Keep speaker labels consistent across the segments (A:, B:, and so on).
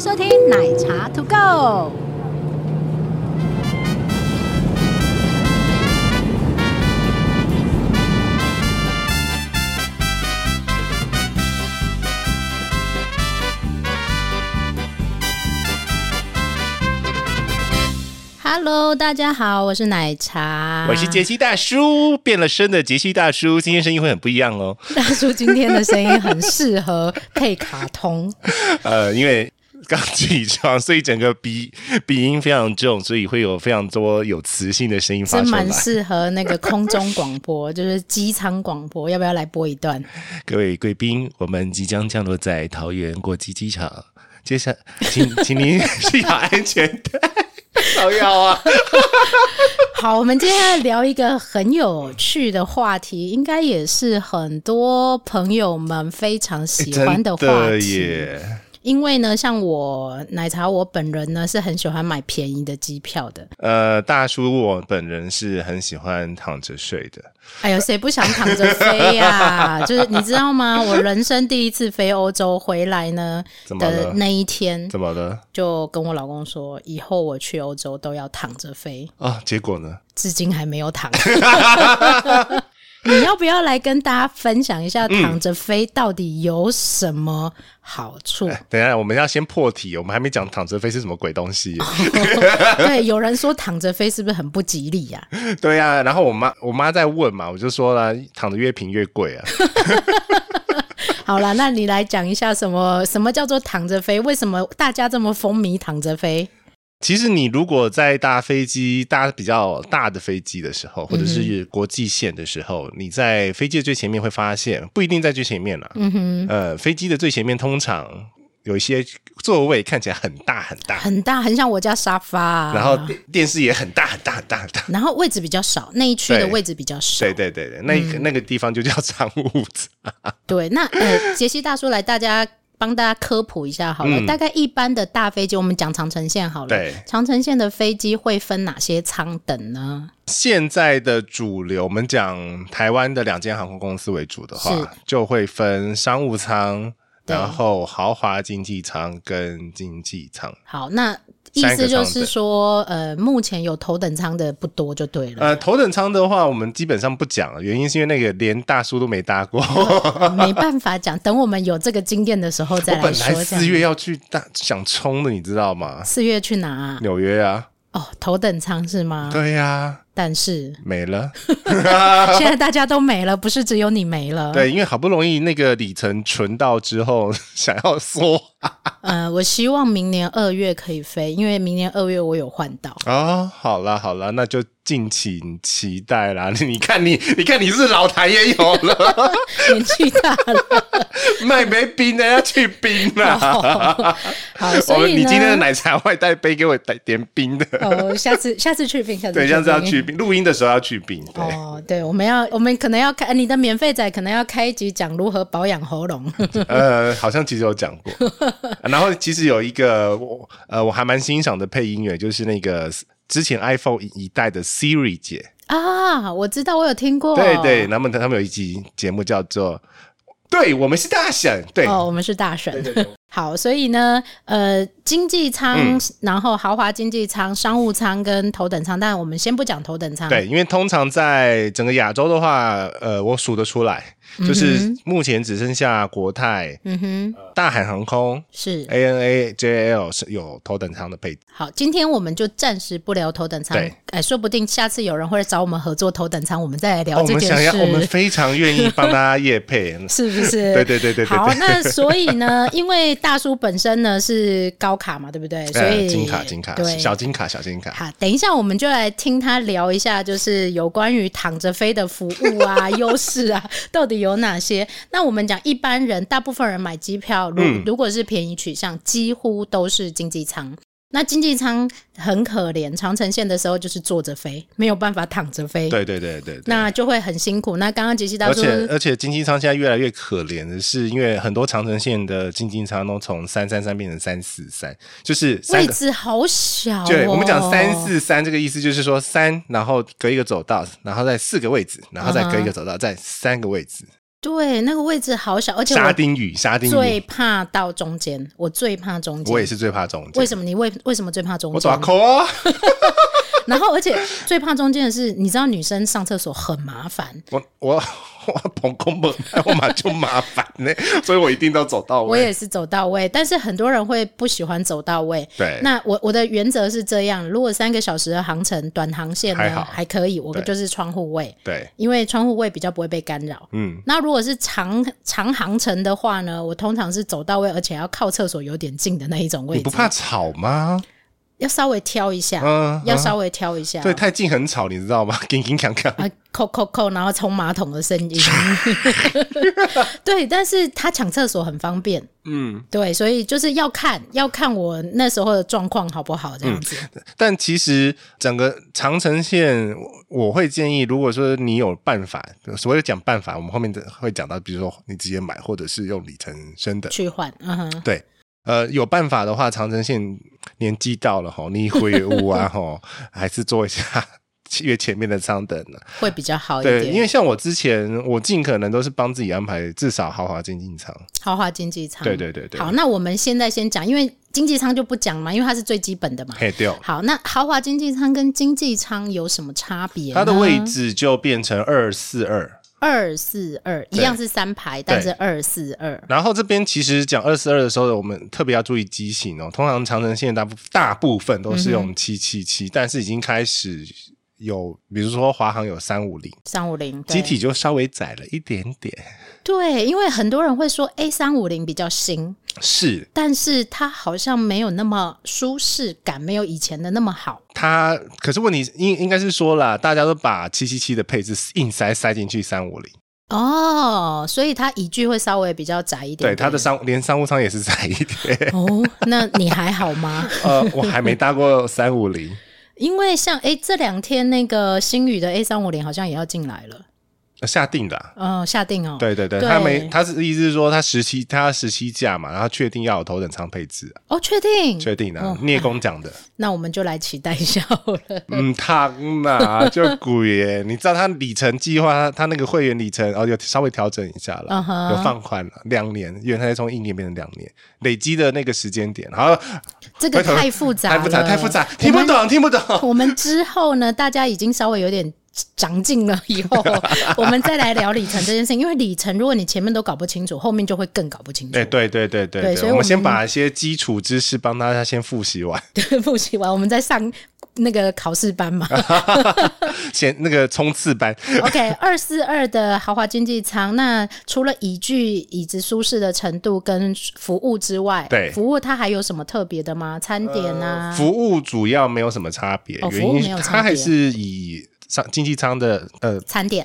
A: 收听奶茶 To Go。Hello，大家好，我是奶茶，
B: 我是杰西大叔，变了身的杰西大叔，今天声音会很不一样哦。
A: 大叔。今天的声音很适合配卡通，
B: 呃，因为刚起床，所以整个鼻鼻音非常重，所以会有非常多有磁性的声音发
A: 真
B: 出来
A: 蛮。适合那个空中广播，就是机舱广播。要不要来播一段？
B: 各位贵宾，我们即将降落在桃园国际机场，接下请请您系好安全带。好要啊！
A: 好，我们今天要聊一个很有趣的话题，应该也是很多朋友们非常 喜欢
B: 的
A: 话题。
B: 耶，
A: 因为呢，像我奶茶，我本人呢是很喜欢买便宜的机票的。
B: 呃，大叔，我本人是很喜欢躺着睡的。
A: 哎呦，谁不想躺着飞呀、 就是你知道吗？我人生第一次飞欧洲回来呢
B: 怎么
A: 的
B: 了
A: 那一天，
B: 怎么了？
A: 就跟我老公说，以后我去欧洲都要躺着飞，
B: 啊、结果呢？
A: 至今还没有 躺。 你要不要来跟大家分享一下躺着飞到底有什么好 处？
B: 等一下，我们要先破题，我们还没讲躺着飞是什么鬼东西。
A: 对，有人说躺着飞是不是很不吉利呀、
B: 对呀、然后我妈我妈在问嘛，我就说了，躺着越平越 贵啊。
A: 好啦，那你来讲一下什么什么叫做躺着飞？为什么大家这么风靡躺着飞？
B: 其实你如果在搭飞机，搭比较大的飞机的时
A: 嗯
B: 候，或者是国际线的时候，你在飞机的最前面会发现，不一定在最前面啦、
A: 嗯哼，
B: 呃，飞机的最前面通常有一些座位看起来很大很大，
A: 很大，很像我家沙发、啊。
B: 然后电电视也很大很大很大很大。
A: 然后位置比较少，那一区的
B: 对
A: 位置比较少。
B: 对对对对，那
A: 嗯
B: 个、那个地方就叫 商务舱。
A: 对，那呃，杰西大叔来，大家帮大家科普一下好了。大概一般的大飞机，我们讲长城线好了。
B: 嗯对
A: 长城线的飞机会分哪些舱等呢？
B: 现在的主流，我们讲台湾的两间航空公司为主的
A: 是
B: 话，就会分商务舱，
A: 对
B: 然后豪华经济舱跟经济舱。
A: 好，那意
B: 三个
A: 思就
B: 舱
A: 是
B: 等
A: 说，呃，目前有头等舱的不多就对 了，
B: 呃，头等舱的话，我们基本上不讲，原因是因为那个连大叔都没搭过。 我
A: 没办法讲。等我们有这个经验的时候哦再来
B: 本
A: 说。
B: 来
A: 这样
B: 四月要去大想冲的，你知道吗？
A: 四月去哪、啊？
B: 纽约啊，
A: 哦，头等舱是吗？
B: 对呀、
A: 但是
B: 没了。
A: 现在大家都没了，不是只有你没了。，
B: 对，因为好不容易那个里程存到之后， 想要缩
A: 呃，我希望明年二月可以飞，因为明年二月我有换到。
B: 哦，好啦好啦，那就敬请期待啦！ 你看你，你看你是老台也有 了，
A: 年纪大了，
B: 卖没冰的要去冰 啦。
A: 好，
B: 我
A: 所
B: 们
A: 以
B: 你
A: 呢，
B: 今天的奶茶外带杯给我带点 冰的，
A: 哦，下次下次去冰，下次
B: 对，
A: 去
B: 下次要
A: 冰
B: 去冰，录音的时候要去冰。对，
A: 哦，对，我们要我们可能要开你的免费仔，可能要开一集讲如何保养喉咙。
B: 呃，好像其实有讲过。然后其实有一个我呃我还蛮欣赏的配音员，就是那个之前 iPhone 一代的 Siri 姐，
A: 啊，我知道，我有听过。
B: 对对，。他们他们有一集节目叫做“对我们是大婶”，对。
A: 哦，我们是大神。 好，所以呢，呃，经济
B: 嗯
A: 舱，然后豪华经济舱、商务舱跟头等舱，但我们先不讲头等舱。
B: 对，，因为通常在整个亚洲的话，呃，我数得出来，就是目前只剩下国泰、
A: 嗯哼，
B: 大海航空、
A: 是。
B: ANA、JAL 是有头等舱的配置。
A: 好，今天我们就暂时不聊头等舱
B: 对，
A: 哎，说不定下次有人会来找我们合作头等舱，我们再来聊
B: 哦，我
A: 这
B: 们
A: 件
B: 想
A: 事。
B: 要，我们非常愿意帮大家夜配。
A: 是不是？
B: 对对对哎对对
A: 好，
B: 对
A: 那所以 呢，因为大叔本身呢是高卡嘛，对不对？所以、
B: 呃金卡、金卡、
A: 对。
B: 小金卡、小金卡。
A: 好，等一下我们就来听他聊一下，就是有关于躺着飞的服务啊、优势啊，到底有哪些？那我们讲一般人，大部分人买机票，如、
B: 嗯
A: 如果是便宜取向，几乎都是经济舱。那经济舱很可怜，长城线的时候就是坐着飞，没有办法躺着飞，
B: 对对对对对。
A: 那就会很辛苦。那刚刚杰西大
B: 而
A: 叔
B: 且呃而且，经济舱现在越来越可怜的是，因为很多长城线的经济舱都从三三三变成三四三，就是三
A: 位
B: 个
A: 置好小、哦，
B: 对，我们讲三四三这个意思就是说三，然后隔一个走道，然后再四个位置，然后再隔一个走道，再三个位置。
A: 对，那个位置好小，而且
B: 沙
A: 我
B: 丁鱼，沙丁
A: 最
B: 鱼，
A: 怕到中间，我最怕中间。
B: 我也是最怕中间。
A: 为什么你为为什么最怕中
B: 我
A: 间
B: 爪？抠啊！
A: 然后，而且最怕中间的是，你知道女生上厕所很麻烦，
B: 我我我捧空本，我嘛就麻烦 呢、所以我一定要走到
A: 我
B: 位。
A: 也是走到位，但是很多人会不喜欢走到位。
B: 对
A: 那我我的原则是这样：如果三个小时的航程，短航线呢
B: 还好
A: 还可以，我
B: 对
A: 就是窗户位，
B: 对，
A: 因为窗户位比较不会被干扰。
B: 嗯，
A: 那如果是长长航程的话呢，我通常是走到位，而且要靠厕所有点近的那一种位
B: 你
A: 置，
B: 不怕吵吗？
A: 要稍微挑一下，
B: 嗯
A: 要稍微挑一下，
B: 对，太近很吵，你知道吗？ 叮叮锵锵，
A: 啊，扣扣扣，然后冲马桶的声 音。对，但是他抢厕所很方便。
B: 嗯。
A: 对，所以就是要看，要看我那时候的状况好不好，这样
B: 嗯
A: 子。
B: 但其实整个长城线，我我会建议，如果说你有办法，所谓的讲办法，我们后面的会讲到，比如说你直接买，或者是用里程升等。
A: 去换，嗯哼，
B: 对，呃，有办法的话，长城线年纪到了吼，你回 屋啊吼，还是做一下越前面的舱等呢、
A: 会比较好一
B: 对，因
A: 点。
B: 为像我之前，我尽可能都是帮自己安排至少豪华经济舱。
A: 豪华经济舱，
B: 对对对对
A: 好，那我们现在先讲，因为经济舱就不讲嘛，因为它是最基本的嘛。
B: 嘿，对。哦
A: 好，那豪华经济舱跟经济舱有什么差别呢？
B: 它的位置就变成二四二，
A: 二四二一样是三排，但是二四二
B: 然后这边其实讲二四二的时候，我们特别要注意机型哦。通常长城线大部大部分都是用七七七，但是已经开始有，比如说华航有三五零，
A: 三五零
B: 机体就稍微窄了一点点。
A: 对，因为很多人会说 A 三五零比较新，
B: 是，
A: 但是它好像没有那么舒适感，没有以前的那么好。
B: 它可是问题应应该是说啦，大家都把七七七的配置硬塞塞进去三五零，
A: 哦，所以它椅距会稍微比较窄一点
B: 对，
A: 点。
B: 它的商连商务舱也是窄一点。
A: 哦，那你还好吗？
B: 呃，我还没搭过三五零，
A: 因为像哎，这两天那个新宇的 A 三五零好像也要进来了，
B: 呃下定的啊、
A: 嗯、下定哦。
B: 对对对，
A: 对
B: 他没，他是意思是说他十七，他十七架嘛，然后确定要有头等舱配置啊，
A: 哦，确定？
B: 确定啊
A: 哦，
B: 聂工 讲的，
A: 那我们就来期待一下好了。
B: 嗯，他嘛就鬼耶，你知道他里程计划，他他那个会员里程哦，有稍微调整一下了
A: 嗯哼
B: 有放宽了，两年，原来从一年变成两年，累积的那个时间点，好，
A: 这个太复杂
B: 太
A: 了，
B: 复杂，太复杂，
A: 我
B: 听
A: 们
B: 不懂，听 不 懂，
A: 我们之后呢，大家已经稍微有点长进了，以 后我们再来聊里程这件事情。因为里程，如果你前面都搞不清楚，后面就会更搞不清楚。
B: 哎，对对对对
A: 对所以
B: 我
A: 我们
B: 们先把一些基础知识帮大家先复习完，
A: 对，复习完我们再上那个考试班 嘛。
B: 先那个冲刺班，
A: OK，二四二的豪华经济舱，那除了椅具、椅子舒适的程度跟服务之外，
B: 对呃
A: 服务它还有什么特别的吗？餐点啊？
B: 服务主要没有什么差别，
A: 哦
B: 原
A: 服务
B: 因
A: 没有差别
B: 它还是以商经济舱的呃
A: 餐点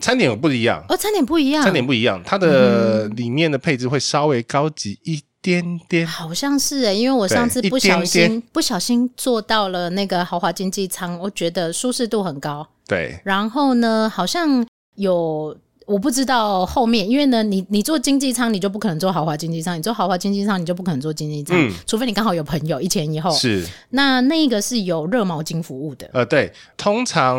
B: 餐点有不一样，
A: 哦，餐点不一样，
B: 餐点不一样，它的
A: 嗯
B: 里面的配置会稍微高级一点点。
A: 好像是哎、因为我上次
B: 对
A: 不小心
B: 一点
A: 不小心坐到了那个豪华经济舱，我觉得舒适度很高。
B: 对，
A: 然后呢，好像有我不知道后面，因为呢，你你坐经济舱，你就不可能坐豪华经济舱；你坐豪华经济舱，你就不可能坐经济舱，
B: 嗯
A: 除非你刚好有朋友一前一后。
B: 是
A: 那那个是有热毛巾服务的，
B: 呃，对，通常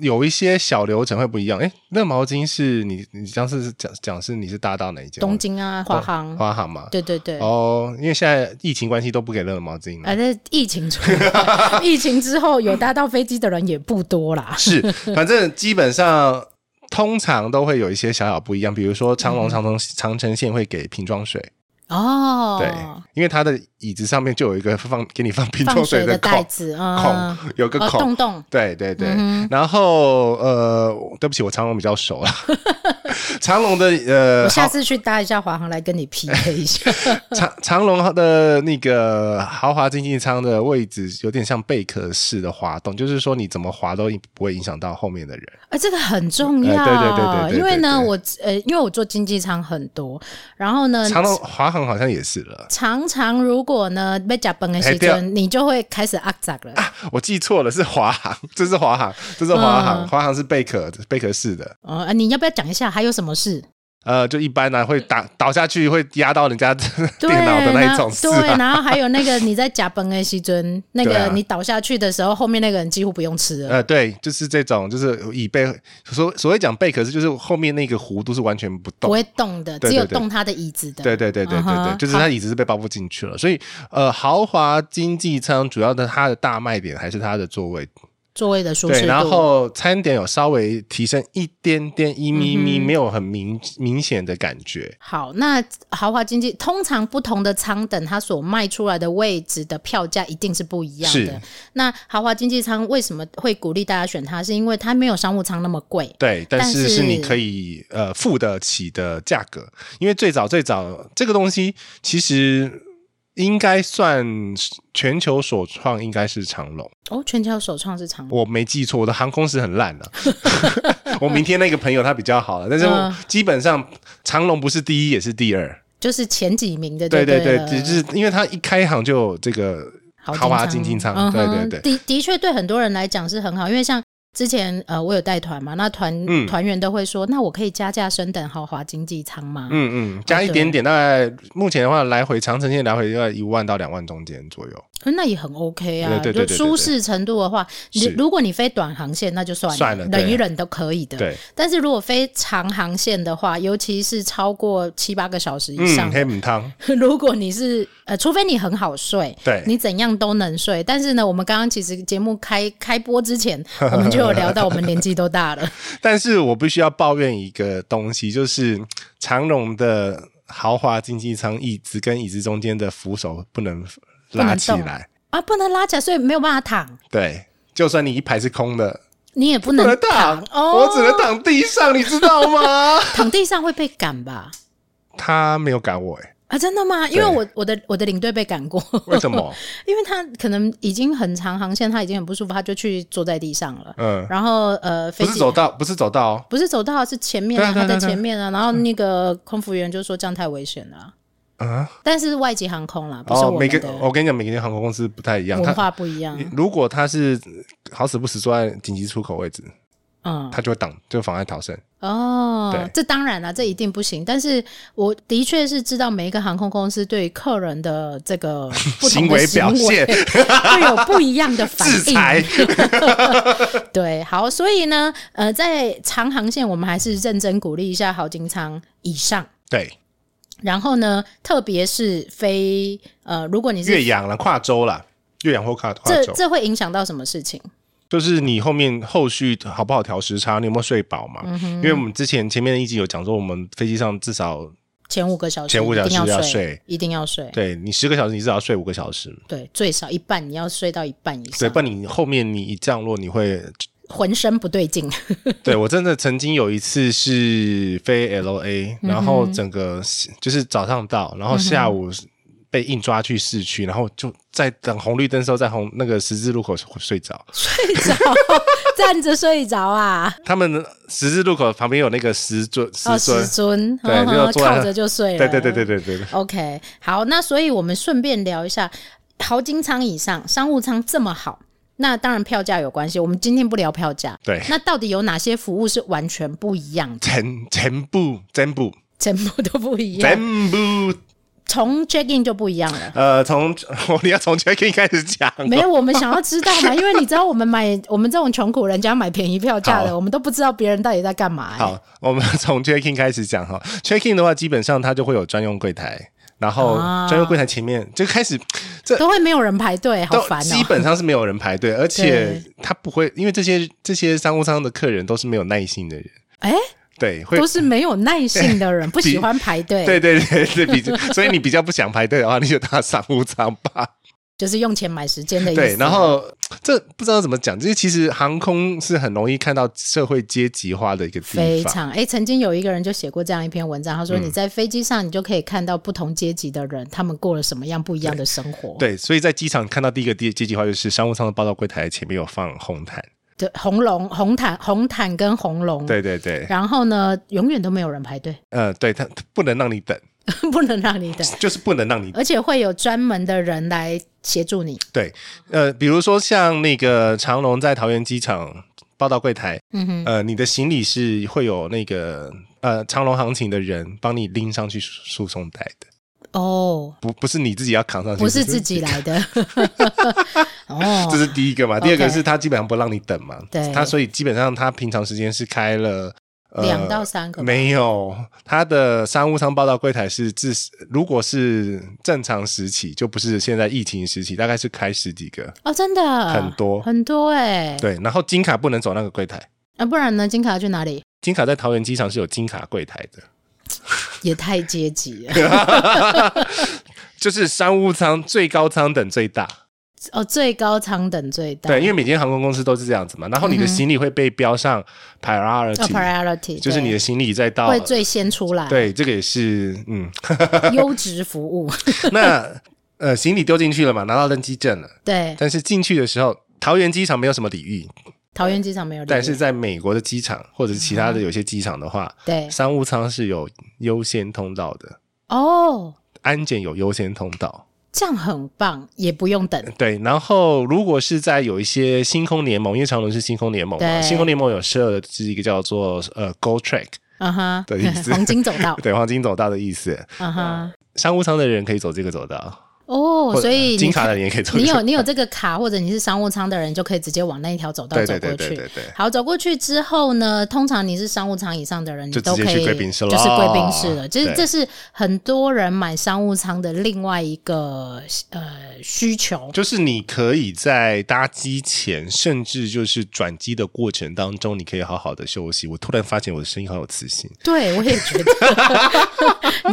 B: 有一些小流程会不一样。哎，热毛巾是你你上次是讲讲是你是搭到哪一间？
A: 东京啊，华
B: 东
A: 航，
B: 华航嘛。
A: 对对对。
B: 哦，因为现在疫情关系都不给热毛巾了。
A: 啊，那疫情之 后，疫情之后有搭到飞机的人也不多啦。
B: 是，反正基本上通常都会有一些小小不一样，比如说长龙、长城、长城线会给瓶装水，
A: 嗯哦，
B: 对，因为它的椅子上面就有一个放给你放 瓶装
A: 放水
B: 的
A: 的
B: 孔
A: 袋子啊，
B: 孔，有个
A: 哦，
B: 孔。
A: 洞洞
B: 对对对，
A: 嗯
B: 然后呃，对不起，我长龙比较 熟啦。长龙的呃
A: 我，下次去搭一下华航来跟你 PK 一 下。
B: 长长龙的那个豪华经济舱的位置有点像贝壳式的滑动，就是说你怎么滑都不会影响到后面的人。
A: 啊，这个很重要，
B: 哎对对对对对对
A: 因为呢，
B: 对
A: 我呃，因为我做经济舱很多，然后呢，
B: 长龙华航好像也是了。
A: 常常如果呢被假崩的时
B: 哎对啊啊
A: 阵，你就会开始阿杂了。
B: 我记错了，是华航， 这是华航，这是华航，
A: 嗯
B: 华航是贝壳贝壳式的。
A: 哦、啊，你要不要讲一下还有什么事？
B: 呃，就一般呢、会打倒下去，会压到人家
A: 对，啊
B: 电脑的那一种事、
A: 然后对，
B: 啊。
A: 然后还有那个你在甲崩的西 尊，那
B: 对
A: 个
B: 啊
A: 你倒下去的时候，后面那个人几乎不用吃了。
B: 呃，对，就是这种，就是以背所所谓讲背，可是就是后面那个弧度是完全不
A: 不
B: 动。
A: 会动的，
B: 对
A: 只有
B: 对对
A: 动他的椅子的。
B: 对对对对对对
A: 嗯哼
B: 就是它椅子是被包覆进去了，所以呃，豪华经济舱主要的它的大卖点还是它的座位
A: 座位的舒适
B: 对，
A: 度。
B: 然后餐点有稍微提升一点点，一
A: 嗯
B: 咪咪，没有很明明显的感觉。
A: 好，那豪华经济通常不同的舱等，它所卖出来的位置的票价一定是不一样的
B: 是。
A: 那豪华经济舱为什么会鼓励大家选它？是因为它没有商务舱那么贵。
B: 对，但
A: 但
B: 是
A: 是
B: 是你可以呃付得起的价格，因为最早最早这个东西其实应该算全球首创，应该是长龙。
A: 哦，全球首创是长龙。
B: 我没记错，我的航空史很烂的、 我明天那个朋友他比较好了，但是我
A: 嗯
B: 基本上长龙不是第一也是第二。
A: 就是前几名的就
B: 对
A: 对
B: 对对，
A: 了
B: 只是因为他一开行就有这个豪华经济舱
A: 嗯
B: 对对
A: 哼
B: 对
A: 的的确对很多人来讲是很好，因为像之前呃我有带团嘛，那团
B: 嗯
A: 团员都会说，那我可以加价升等豪华经济舱吗？
B: 嗯嗯，加一点点，大概目前的话，来回长城线来回要一万到两万中间左右，
A: 嗯那也很 OK 啊，
B: 对对对对
A: 就
B: 对
A: 舒适程度的话，你
B: 是
A: 如果你飞短航线，那就算了，
B: 算了对啊
A: 忍一忍都可以的。
B: 对，
A: 但是如果飞长航线的话，尤其是超过七八个小时以上
B: 嗯，
A: 的，
B: 黑米汤，
A: 如果你是呃，除非你很好睡，
B: 对
A: 你怎样都能睡。但是呢，我们刚刚其实节目开开播之 前，我们就有聊到，我们年纪都大了，
B: 但是我必须要抱怨一个东西，就是长荣的豪华经济舱椅子跟椅子中间的扶手不能拉起
A: 不能
B: 来，
A: 啊，不能拉起来，所以没有办法躺，
B: 对，就算你一排是空的，
A: 你也不
B: 不
A: 能
B: 能
A: 躺
B: 躺，
A: 哦，
B: 我只能躺地上，你知道吗？
A: 躺地上会被赶吧？
B: 他没有赶我、欸，
A: 啊，真的吗？因为我我的我的领队被赶 过，
B: 为 什？么？
A: 因为他可能已经很长航线，他已经很不舒服，他就去坐在地上了。
B: 嗯，
A: 然后呃，飞
B: 不
A: 机
B: 是走道，不是走道、哦。
A: 不是走道，是前面啊，
B: 对
A: 他
B: 啊对
A: 在
B: 啊对啊
A: 前面啊。然后那个空服员就说这样太危险了啊、
B: 啊，
A: 但是外籍航空啦，不是
B: 哦
A: 我，们
B: 每
A: 的
B: 个我跟你讲，每个航空公司不太一样，
A: 文
B: 它
A: 化不一样。
B: 如果他是好死不死坐在紧急出口位置，
A: 嗯，
B: 他就会挡，就妨碍逃生。
A: 哦
B: 对，
A: 这当然啦，啊这一定不行。但是我的确是知道每一个航空公司对于客人的这 个不同
B: 行
A: 的
B: 为
A: 行
B: 表 现
A: 会有不一样的反
B: 制裁
A: 应。 对，好，所以呢，呃，在长航线，我们还是认真鼓励一下豪金仓以上。
B: 对，
A: 然后呢，特别是飞呃，如果你
B: 越
A: 是
B: 洋了，跨州了，越洋或跨跨
A: 这
B: 州，
A: 这会影响到什么事情？
B: 就是你后面后续好不好调时差，你有没有睡饱嘛？
A: 嗯
B: 因为我们之前前面的一集有讲说，我们飞机上至少
A: 前五个小时，
B: 前五个小时
A: 一定要
B: 要睡，
A: 一定要睡。
B: 对你十个小时，你至少要睡五个小时。
A: 对，最少一半，你要睡到一半以
B: 对，
A: 上
B: 不，然你后面你一降落，你会
A: 浑身不对劲。
B: 对我真的曾经有一次是飞 L A，然
A: 嗯
B: 后整个就是早上到，然后下午被硬抓去市区，然后就在等红绿灯的时候，在红那个十字路口睡着。
A: 睡着，站着睡着啊！
B: 他们十字路口旁边有那个石尊，
A: 哦，
B: 石
A: 师
B: 尊，
A: 尊，
B: 对
A: 嗯哼
B: 就坐在那
A: 靠着就睡了。
B: 对对对对对对对。
A: OK，好，那所以我们顺便聊一下，豪金舱以上商务舱这么好，那当然票价有关系。我们今天不聊票价，
B: 对
A: 那到底有哪些服务是完全不一样的？
B: 全全部全部
A: 全部都不一样，
B: 全部，
A: 从 check in 就不一样 了。
B: 呃，从你要从 check in 开始讲哦，
A: 没有，我们想要知道嘛，因为你知道我们买 我们这种穷苦人家买便宜票价的，
B: 好
A: 我们都不知道别人到底在干嘛、欸。
B: 好，我们从 check in 开始讲哈。check in 的话，基本上它就会有专用柜台，然后
A: 啊
B: 专用柜台前面就开始这
A: 都会没有人排队，好
B: 都
A: 烦哦、
B: 基本上是没有人排队，而且他不会，因为这些这些商务舱的客人都是没有耐心的人，
A: 哎、
B: 对，会
A: 都。是没有耐性的 人，不喜欢排队，
B: 对对对对，比较 所以你比较不想排队的话，你就搭商务舱吧。
A: 就是用钱买时间的意思。
B: 对，然后这不知道怎么讲，就是其实航空是很容易看到社会阶级化的一个
A: 非
B: 地方。嗯
A: 常哎、曾经有一个人就写过这样一篇文章，他说你在飞机上，你就可以看到不同阶级的人，他们过了什么样不一样的生活。
B: 对，所以在机场看到第一个阶阶级化就是商务舱的报到柜台前面有放红毯。
A: 对，红龙、红毯、红毯跟红龙。。
B: 对对对，
A: 然后呢，永远都没有人排队，
B: 呃，对，他他不能让你等，
A: 不能让你等，
B: 就是不能让你
A: 而且会有专门的人来协助你。
B: 对，
A: 嗯
B: 呃，比如说像那个长龙在桃园机场报到柜台，
A: 嗯哼，
B: 呃，你的行李是会有那个。呃长隆行情的人帮你拎上去输送带的，
A: 哦，
B: 不不是你自己要扛上去，
A: 不是自己 来的，哦
B: 这，是第一个嘛，
A: OK
B: 第二个是他基本上不让你等嘛，
A: 对
B: 他所以基本上他平常时间是开了。呃
A: 两到三个吧
B: 没有，他的商务舱报到柜台是至，如果是正常时期，就不是现在疫情时期，大概是开十几个，
A: 哦，真的
B: 很多
A: 很多哎、
B: 对。然后金卡不能走那个柜台，
A: 啊，不然呢？金卡要去哪里？
B: 金卡在桃园机场是有金卡柜台的，
A: 也太阶 级了
B: 就是商务舱最高舱等最大，
A: 哦，最高舱等最大，
B: 对，因为每间航空公司都是这样子嘛。然后你的行李会被标上 priority，、
A: 嗯哦，priority
B: 就是你的行李再
A: 对
B: 到
A: 会最先出来，，
B: 对，这个也是嗯，
A: 优质服务，
B: 那呃，行李丢进去了嘛，拿到登机证了，
A: 对，
B: 但是进去的时候。桃园机场没有什么礼遇，
A: 桃园机场没有礼遇，
B: 但是在美国的机场或者是其他的有些机场的话，
A: 嗯对
B: 商务舱是有优先通道的，
A: 哦，
B: 安检有优先通道。
A: 这样很棒，也不用等，
B: 对，然后如果是在有一些星空联盟，因为长隆是星空联盟嘛，
A: 对
B: 星空联盟有设置一个叫做呃 Go Track
A: 嗯哼，
B: 的意思，
A: 黄金走道
B: 对黄金走道的意思，
A: 嗯 哼，
B: 商务舱的人可以走这个走道，
A: 哦，
B: 或者
A: 所以
B: 金
A: 你
B: 卡
A: 看
B: 的人也可以走 这
A: 你
B: 个走道。
A: 有你有这个卡，或者你是商务舱的人，就可以直接往那一条走道
B: 对
A: 走
B: 对
A: 过
B: 对对
A: 去
B: 对。对，
A: 好，走过去之后呢，通常你是商务舱以上的人，你
B: 就直
A: 都
B: 接
A: 可以
B: 去贵宾室了
A: 就是贵宾室了。其实
B: 对
A: 这是很多人买商务舱的另外一个呃需求。
B: 就是你可以在搭机前，甚至就是转机的过程当中，你可以好好的休息。我突然发现我的声音好有 磁性，
A: 对，我也觉得。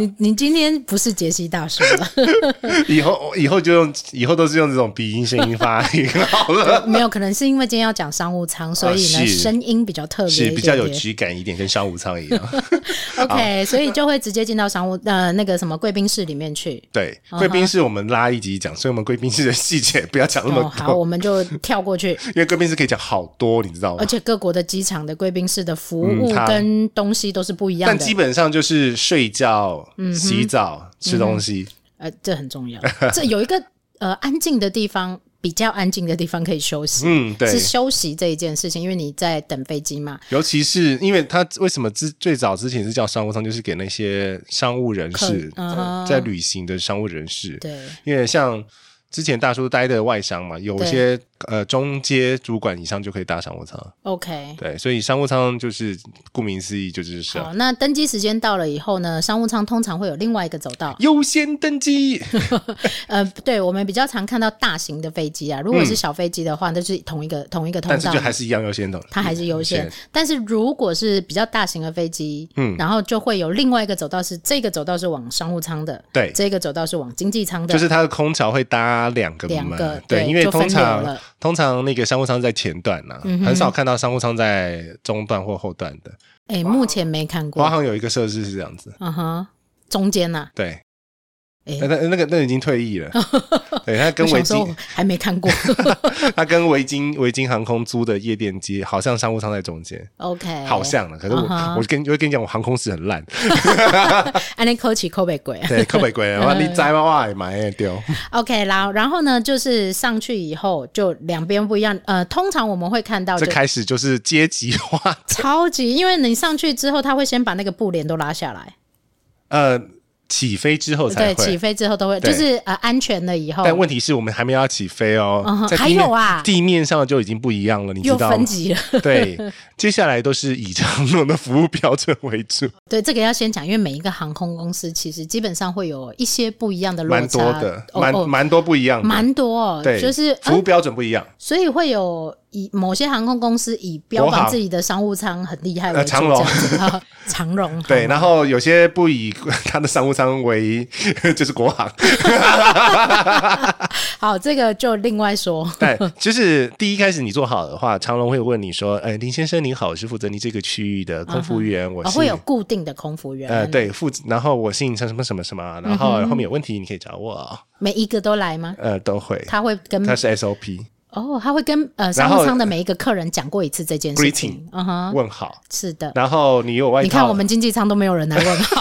A: 你你今天不是杰西大叔了，
B: 以后以后就用以后都是用这种鼻音声音发 音好了。
A: 没有，可能是因为今天要讲商务舱，所以呢、
B: 啊是
A: 声音比较特别一
B: 是
A: 点
B: 比较有啊
A: 点
B: 质感一点，跟商务舱一样。
A: OK，所以就会直接进到商务呃那个什么贵宾室里面去。
B: 对，贵宾室我们拉一集讲，所以我们贵宾室的细节 不要讲那么
A: 哦，好，
B: 多，
A: 我们就跳过去。
B: 因为贵宾室可以讲好多，你知道吗
A: 而？且各国的机场的贵宾室的服务
B: 嗯它
A: 跟东西都是不一样
B: 但
A: 的嗯
B: 基，本上就是睡觉、洗澡、吃东西。
A: 呃，这很重要。这有一个呃安静的地方，比较安静的地方可以休息，
B: 嗯，对
A: 是，休息这一件事情，因为你在等飞机嘛。
B: 尤其是因为它为什么之最早之前是叫商务舱，就是给那些商务人士
A: 客嗯哼
B: 在旅行的商务人士，
A: 对，
B: 因为像。之前大叔待的外商嘛，有一些呃中阶主管以上就可以搭商务舱，
A: OK。
B: 对，所以商务舱就是顾名思义就是啊这样
A: 好，那登机时间到了以后呢，商务舱通常会有另外一个走道。
B: 优先登机，
A: 呃，对，我们比较常看到大型的飞机啊，如果是小飞机的话，那就是同一个同一个通道
B: 嗯但
A: 嘛。
B: 是就还是一样优先的，
A: 它还是优先。但是如果是比较大型的飞机，
B: 嗯
A: 然后就会有另外一个走道是这个走道是往商务舱的，
B: 对
A: 这个走道是往经济舱的，
B: 就是它的空调会搭两个
A: 两
B: 门，
A: 个
B: 对，
A: 对
B: 因为
A: 就分
B: 通
A: 流
B: 常
A: 了嗯
B: 通常那个商务舱在前段呐、很少看到商务舱在中段或后段的。
A: 哎、目前没看
B: 华
A: 过，
B: 航有一个设置是这样子，
A: 嗯哼，中间啊呐、
B: 对，
A: 诶
B: 那那那个那已经退役 了，对，它跟
A: 我
B: 维
A: 小时候
B: 京，
A: 还没看过
B: 它跟维京维京航空租的夜店街，好像商务舱在中间。
A: ，OK，
B: 好像啊了，可是我、
A: 嗯哼
B: 我跟我跟你讲，我航空史很烂，
A: 安尼科起啊口北鬼啊
B: 对，靠北贵了，我说你摘嘛我也买哎丢，
A: ，OK 啦，然后呢，就是上去以后就两边不一样，呃，通常我们会看到
B: 这
A: 就
B: 开始就是阶级化
A: 超级，因为你上去之后，他会先把那个布帘都拉下来，
B: 呃，起飞之后才
A: 对，
B: 会。
A: 起飞之后都会，
B: 对
A: 就是呃安全了以后，
B: 但问题是我们还没有要起飞哦，
A: 嗯哼
B: 在地
A: 还
B: 面
A: 有啊
B: 地面上就已经不一样了，你知
A: 又
B: 道
A: 分
B: 吗？
A: 级了。
B: 对，接下来都是以长隆的服务标准为主，
A: 对，这个要先讲，因为每一个航空公司其实基本上会有一些不一样的 落
B: 蛮
A: 差，
B: 多的，
A: 哦
B: 蛮
A: 哦
B: 蛮多不一样的，
A: 蛮多、哦，
B: 对，
A: 就是、
B: 服务
A: 呃
B: 标准不一样。
A: 所以会有以某些航空公司以标
B: 国
A: 榜
B: 航
A: 自己的商务舱很厉害为
B: 呃
A: 主，
B: 长荣
A: 这样子 啊， 长荣
B: 对，
A: 好吗
B: 然后有些不以它的商务舱为 就是 国航，
A: 好，这个就另外说，
B: 但就是第一开始你做好的话，长隆会问你说：“哎，林先生您好，我是负责您这个区域的空服员，我
A: 哦、
B: 是
A: 会有固定的空服员，
B: 呃，对，负责，然后我姓什么什么什么，然
A: 嗯
B: 后后面有问题你可以找我，
A: 每一个都来吗？
B: 呃，都会。
A: 他会跟
B: 它是 SOP
A: 哦，他会跟呃
B: 然
A: 商
B: 后
A: 务舱的每一个客人讲过一次这件事
B: Greeting
A: 情，嗯哼，
B: 问好，
A: 是的。
B: 然后你有外套，
A: 你看，我们经济舱都没有人来 问好，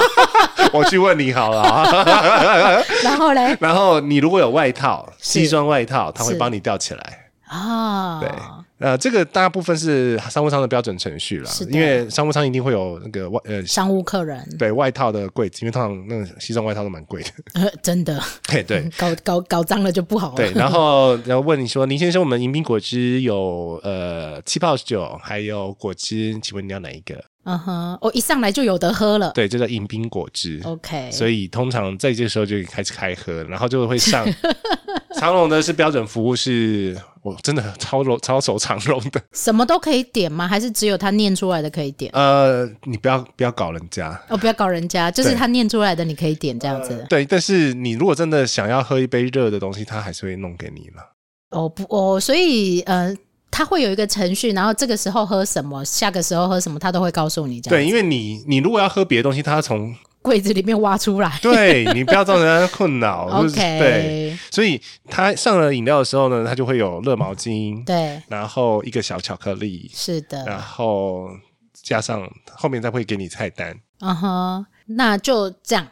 B: 我去问你好 了啊。
A: 然后嘞，
B: 然后你如果有外套，
A: 是
B: 西装外套，他会
A: 是
B: 帮你吊起来。
A: 啊、
B: 对，呃，这个大部分是商务舱的标准程序啦
A: 是，的
B: 因为商务舱一定会有那个外呃
A: 商务客人，
B: 对外套的柜子，因为通常那种西装外套都蛮贵的。
A: 呃、 真的
B: 嘿，对。
A: 搞搞搞脏了就不好
B: 对，
A: 了。
B: 然后然后问你说，林先生，我们迎宾果汁有呃气泡酒，还有果汁，请问你要哪一个？
A: 嗯哼，我、一上来就有得喝了。
B: 对，这叫迎宾果汁。
A: OK，
B: 所以通常在这时候就开始开喝，然后就会上长隆的是标准服务是，我真的超柔超熟长隆的。
A: 什么都可以点吗？还是只有他念出来的可以点？
B: 呃，你不要不要搞人家。
A: 哦，不要搞人家，就是
B: 对
A: 他念出来的你可以点这样子。
B: 对，但是你如果真的想要喝一杯热的东西，他还是会弄给你了。
A: 哦不哦，所以呃，他会有一个程序，然后这个时候喝什么，下个时候喝什么，他都会告诉你这样。
B: 对，，因为你你如果要喝别的东西，他要从
A: 柜子里面挖出来。
B: 对你不要造成人家困扰。就是对，
A: OK，
B: 所以他上了饮料的时候呢，他就会有热毛巾，
A: 对，
B: 然后一个小巧克力，
A: 是
B: 然
A: 的，
B: 后加上后面再会给你菜单。
A: 嗯哼，那就这样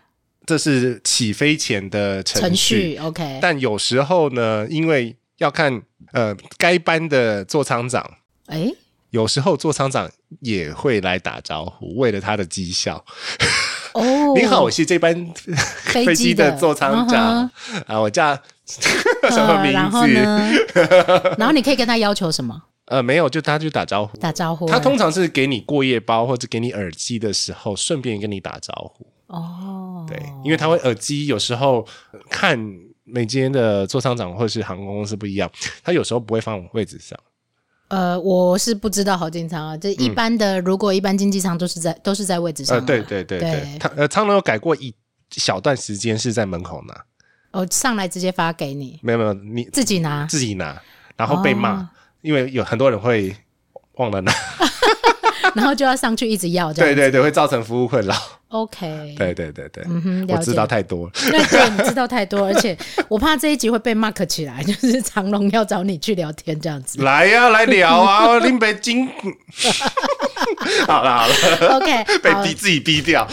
B: 这是起飞前的程序。
A: 程序 OK。
B: 但有时候呢，因为要看呃该班的座舱长，
A: 哎，
B: 有时候座舱长也会来打招呼，为了他的绩效。
A: 哦，
B: 您好，我是这班
A: 飞
B: 飞
A: 机
B: 机
A: 的
B: 的座舱
A: 嗯
B: 长、啊，我叫 什么
A: 呃
B: 名
A: 然后
B: 字？
A: 呢？然 后你可以跟他要求什么？
B: 呃，没有，就他就打招呼。
A: 打招呼。
B: 他通常是给你过夜包或者给你耳机的时候，顺便跟你打招呼。
A: 哦，
B: 对，因为他会耳机有时候看每间的座舱长或是航空公司不一样，他有时候不会放我位置上。
A: 呃，我是不知道豪进舱啊，这一般的、如果一般经济舱都是在都是在位置上、
B: 嗯呃，
A: 嘛。
B: 对对对
A: 对
B: 对，他呃苍龙有改过一小段时间是在门口拿，
A: 哦，上来直接发给你，
B: 没有没有，你
A: 自己 拿。
B: 自己拿，然后被骂，
A: 哦
B: 因为有很多人会忘了拿，
A: 然后就要上去一直要这样
B: 对
A: 子。
B: 对对，会造成服务困扰。
A: OK，
B: 对对对对，
A: 嗯哼，
B: 我
A: 了解。
B: 知道太多了。
A: 对对，你知道太多，而且我怕这一集会被 mark 起来，就是长龙要找你去聊天这样 子。
B: 来呀、 来聊啊，林北京。好了好了，
A: OK，
B: 被
A: 好
B: 逼自己逼掉。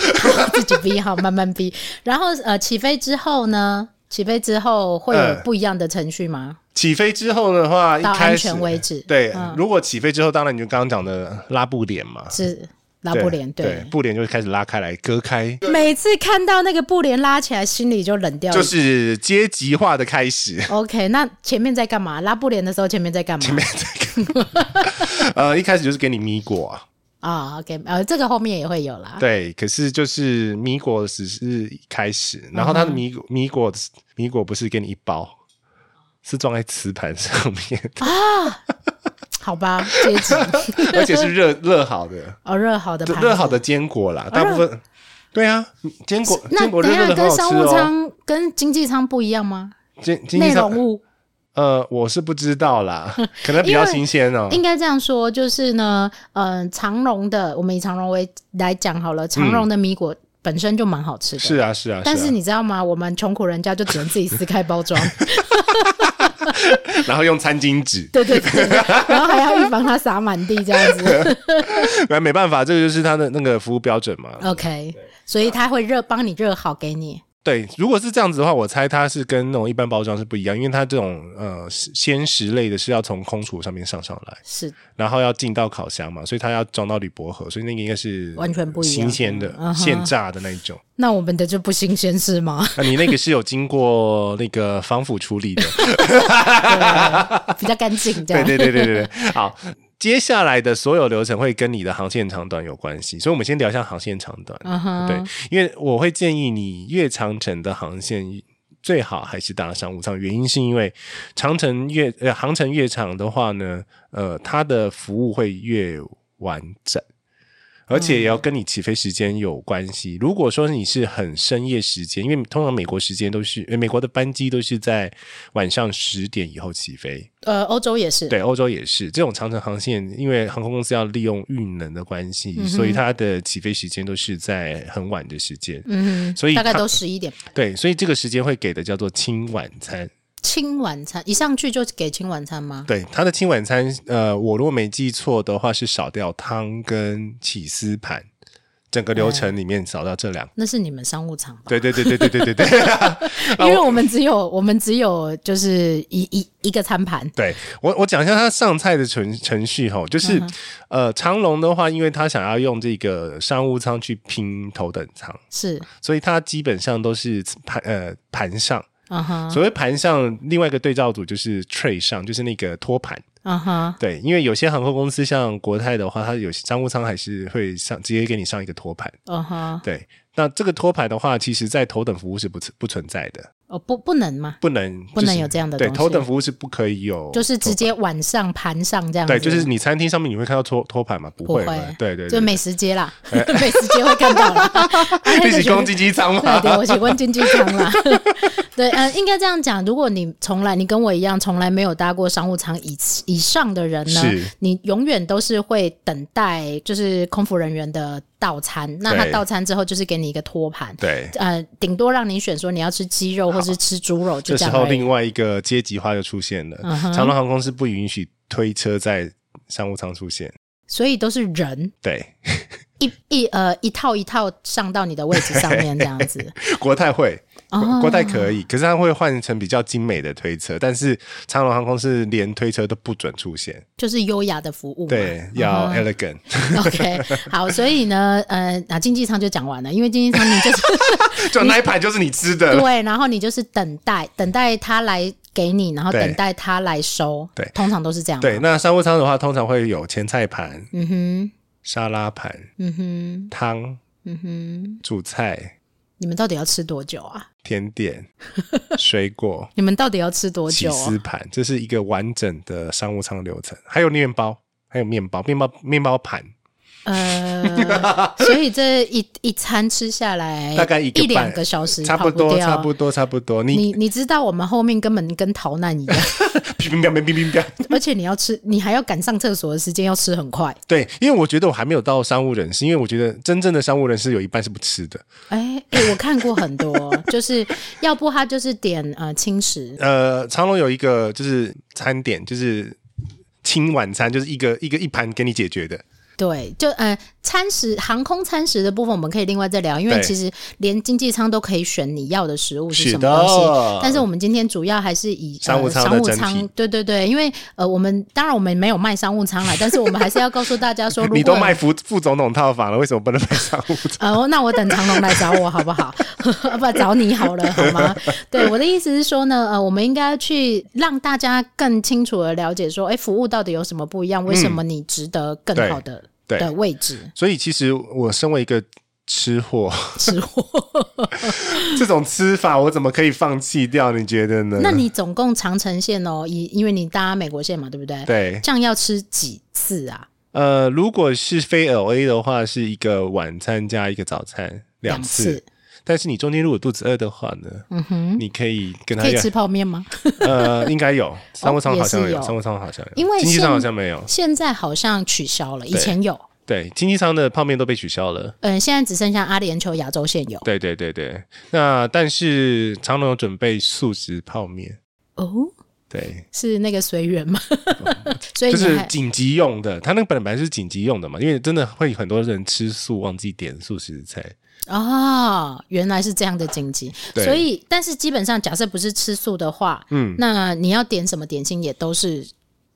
A: 自己逼好，慢慢逼。然后呃，起飞之后呢？起飞之后会有
B: 嗯
A: 不一样的程序吗？
B: 起飞之后的呃话，一
A: 到
B: 开
A: 安
B: 始
A: 全为止，
B: 对，
A: 嗯
B: 如果起飞之后，当然你就刚刚讲的拉布帘嘛，
A: 是拉布帘
B: 对，布帘就开始拉开来，割开，
A: 每次看到那个布帘拉起来，心里就冷掉了。
B: 就是阶级化的开始。
A: OK，那前面在干嘛？拉布帘的时候，前面在干嘛？
B: 呃，一开始就是给你米果啊，
A: 啊、o k 呃，这个后面也会有啦。
B: 对，可是就是米果只是一开始，然后
A: 嗯
B: 它的米果米果米果不是给你一包，是装在瓷盘上面，
A: 好吧，阶级
B: 而且是热热好的，
A: 哦，热好的
B: 热
A: 盘，哦
B: 热好的。坚果啦，大部分。对啊，坚果
A: 那
B: 坚果
A: 等
B: 热
A: 一下，
B: 热的很
A: 跟
B: 好
A: 商
B: 吃
A: 务
B: 哦。
A: 舱、跟经济舱不一样吗？
B: 经经济
A: 内
B: 上
A: 容物
B: 呃，我是不知 道啦，可能比较新鲜哦。
A: 应该这样说，就是呢，嗯、长荣的，我们以长荣为来讲好了，长荣的米果本身就蛮好吃的。
B: 嗯是啊，是啊，
A: 但是
B: 是
A: 你知道吗？我们穷苦人家就只能自己撕开包 装，
B: 啊， 然后用餐巾纸，
A: 对对对，然后还要预防它洒满地这 样子。
B: 那没办法，这个就是他的那个服务标准嘛。
A: OK，所以他会热帮你热好给你。
B: 对，如果是这样子的话，我猜它是跟那种一般包装是不一样，因为它这种呃鲜食类的是要从空厨上面上上来，
A: 是
B: 然后要进到烤箱嘛，所以它要装到铝箔盒，所以那个应该是
A: 完全不一样
B: 新鲜的、
A: 嗯哼
B: 现榨的那一种。
A: 那我们的就不新鲜是吗？
B: 那你那个是有经过那个防腐处理的，
A: 对比较干净这
B: 对
A: 样。
B: 对对对对对， 好。接下来的所有流程会跟你的航线长短有关系，所以我们先聊一下航线长短。
A: 嗯哼，
B: 对，因为我会建议你越长程的航线最好还是搭商务舱，原因是因为长程越呃航程越长的话呢，呃，它的服务会越完整。而且也要跟你起飞时间有关系。如果说你是很深夜时间，因为通常美国时间都是，呃美国的班机都是在晚上十点以后起飞，
A: 呃，欧洲也是。
B: 对，欧洲也是这种长程航线，因为航空公司要利用运能的关系，
A: 嗯哼
B: 所以它的起飞时间都是在很晚的时间。
A: 嗯哼，
B: 所以
A: 大概
B: 它
A: 都十一点半
B: 对，所以这个时间会给的叫做轻晚
A: 嗯
B: 餐。
A: 清晚餐，一上去就给清晚餐吗？
B: 对，它的轻晚餐，呃，我如果没记错的话，是少掉汤跟起司盘，整个流程里面找到这两个。
A: 那是你们商务舱吧？
B: 对对对对对对对对。
A: 因为啊我们只有我们只有就是一一一个餐盘，
B: 对我，我讲一下它上菜的程程序哈，就是、
A: 嗯
B: 呃，长龙的话，因为它想要用这个商务舱去拼头等舱，
A: 是，
B: 所以它基本上都是盘呃盘上。
A: 嗯哼，
B: 所谓盘上，另外一个对照组就是 tray 上，就是那个托盘。
A: 嗯哼，
B: 对，因为有些航空公司像国泰的话，它有些商务舱还是会上直接给你上一个托盘。
A: 嗯哼，
B: 对，那这个托盘的话，其实在头等服务是不存不存在的，
A: 哦不不能嘛，
B: 不能、
A: 不能
B: 就是
A: 有这样的
B: 对，
A: 东西
B: 头等服务是不可以有，
A: 就是直接晚上盘上这样子，
B: 对，就是你餐厅上面你会看到托托盘吗？不
A: 不
B: 会
A: 会
B: 嘛，对对
A: 就 哎
B: 对，
A: 美食街啦， 美食街会看到 啦。啊
B: 一起攻击机舱
A: 对
B: 嘛。
A: 对，我喜欢经济舱啦。 对，嗯、应该这样讲。如果你从来，你跟我一样，从来没有搭过商务舱以以上的人呢
B: 是，
A: 你永远都是会等待，就是空服人员的到餐。那他
B: 对
A: 到餐之后，就是给你一个托盘，
B: 对，
A: 呃，顶多让你选说你要吃鸡肉或是吃猪肉，就这
B: 这时
A: 样
B: 候
A: 而已。
B: 另外一个阶级化就出现了，
A: 嗯哼
B: 长龙航空是不允许推车在商务舱出现。
A: 所以都是人。
B: 对，
A: 一一呃一套一套上到你的位置上面这样 子，
B: 国泰会，国
A: 哦
B: 国泰可以，可是它会换成比较精美的推车，但是长龙航空是连推车都不准出现，
A: 就是优雅的服务嘛。
B: 对，要
A: 嗯
B: elegant，
A: OK，好，所以呢，呃，啊，经济舱就讲完了，因为经济舱你 就是
B: 就那一盘就是你吃的，
A: 对，然后你就是等待，等待他来给你，然后
B: 对
A: 等待他来收，
B: 对
A: 通常都是这样。
B: 对，，那商务舱的话，通常会有前菜盘、
A: 嗯哼，
B: 沙拉盘、
A: 嗯哼，
B: 汤、
A: 嗯哼，
B: 主菜、
A: 你们到底要吃多久啊？
B: 甜点、水果、
A: 你们到底要吃多
B: 起
A: 久啊
B: 司？盘，这是一个完整的商务舱流程，还有面包，还有面包、面包、面包盘，
A: 呃，所以这一一餐吃下来，
B: 大概一
A: 一
B: 个半
A: 两个小时，
B: 差
A: 不
B: 不多，
A: 掉哦
B: 差不多，差不多。你
A: 你你知道我们后面根本跟逃难一样，
B: 乒乒乓乓，乒乒乓。
A: 而且你要吃，你还要赶上厕所的时间，要吃很快。
B: 对，因为我觉得我还没有到商务人士，因为我觉得真正的商务人士有一半是不吃的。
A: 哎、哎，我看过很多，就是要不他就是点呃轻食，
B: 呃，长隆有一个就是餐点，就是轻晚餐，就是一个一个一盘给你解决的。
A: 对，就呃餐食航空餐食的部分我们可以另外再聊，因为
B: 对
A: 其实连经济舱都可以选你要的食物是
B: 是
A: 什么东西
B: 的，
A: 但是我们今天主要还是以、呃、
B: 商务舱的
A: 商务
B: 整
A: 舱
B: 体，
A: 对对对，因为呃我们当然我们没有卖商务舱 啦，但是我们还是要告诉大家说，哦如果
B: 你都卖副副总统套房了，为什么不能卖商务舱？
A: 哦，那我等长龙来找我好不 好？不找你好了，好吗？对，我的意思是说呢，呃，我们应该去让大家更清楚的了解说，哎，服务到底有什么不一样？为什么你值得更
B: 嗯对
A: 好的、
B: 对
A: 的位置？
B: 所以其实我身为一个吃货，
A: 吃货？
B: 这种吃法我怎么可以放弃掉？你觉得呢？
A: 那你总共长城线哦，以因为你搭美国线嘛，对不对？，
B: 对
A: 这样要吃几次啊？
B: 呃，如果是非 L A 的话，是一个晚餐加一个早餐两次。
A: 次。
B: 但是你中间如果肚子饿的话呢，
A: 嗯哼，
B: 你可以跟他
A: 可以
B: 要
A: 吃泡面吗？
B: 呃，应 该有商务舱好像
A: 也是有
B: 商务舱好像有，
A: 因为
B: 经济
A: 现
B: 舱好像没有。
A: 现在好像取消了，以前有，
B: 对，经济舱的泡面都被取消了。
A: 嗯，现在只剩下阿联酋亚洲线有。
B: 对对对对，那但是长隆有准备素食泡面，
A: 哦，
B: 对，
A: 是那个随缘 吗？所以你
B: 就是
A: 还
B: 紧急用的。它那个本来是紧急用的嘛，因为真的会很多人吃素忘记点素食菜。
A: 哦，原来是这样的紧急，
B: 对
A: 所以但是基本上假设不是吃素的话，嗯，那你要点什么点心也都是